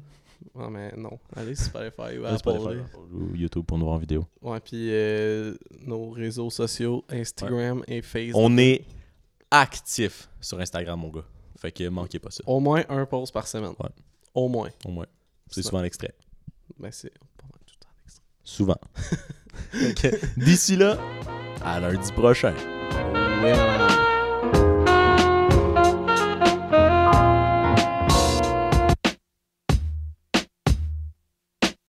S2: Ouais, mais non. Allez, sur Spotify ou
S1: Allez,
S2: Apple.
S1: Spotify,
S2: là.
S1: Apple ou YouTube pour nous voir en vidéo.
S2: Ouais, puis euh, nos réseaux sociaux, Instagram et Facebook.
S1: On est actif sur Instagram, mon gars. Fait que manquez pas ça.
S2: Au moins un post par semaine. Au moins.
S1: Au moins. C'est souvent l'extrait.
S2: Ben, c'est
S1: Souvent. Fait que D'ici là, à lundi prochain.
S2: Ouais.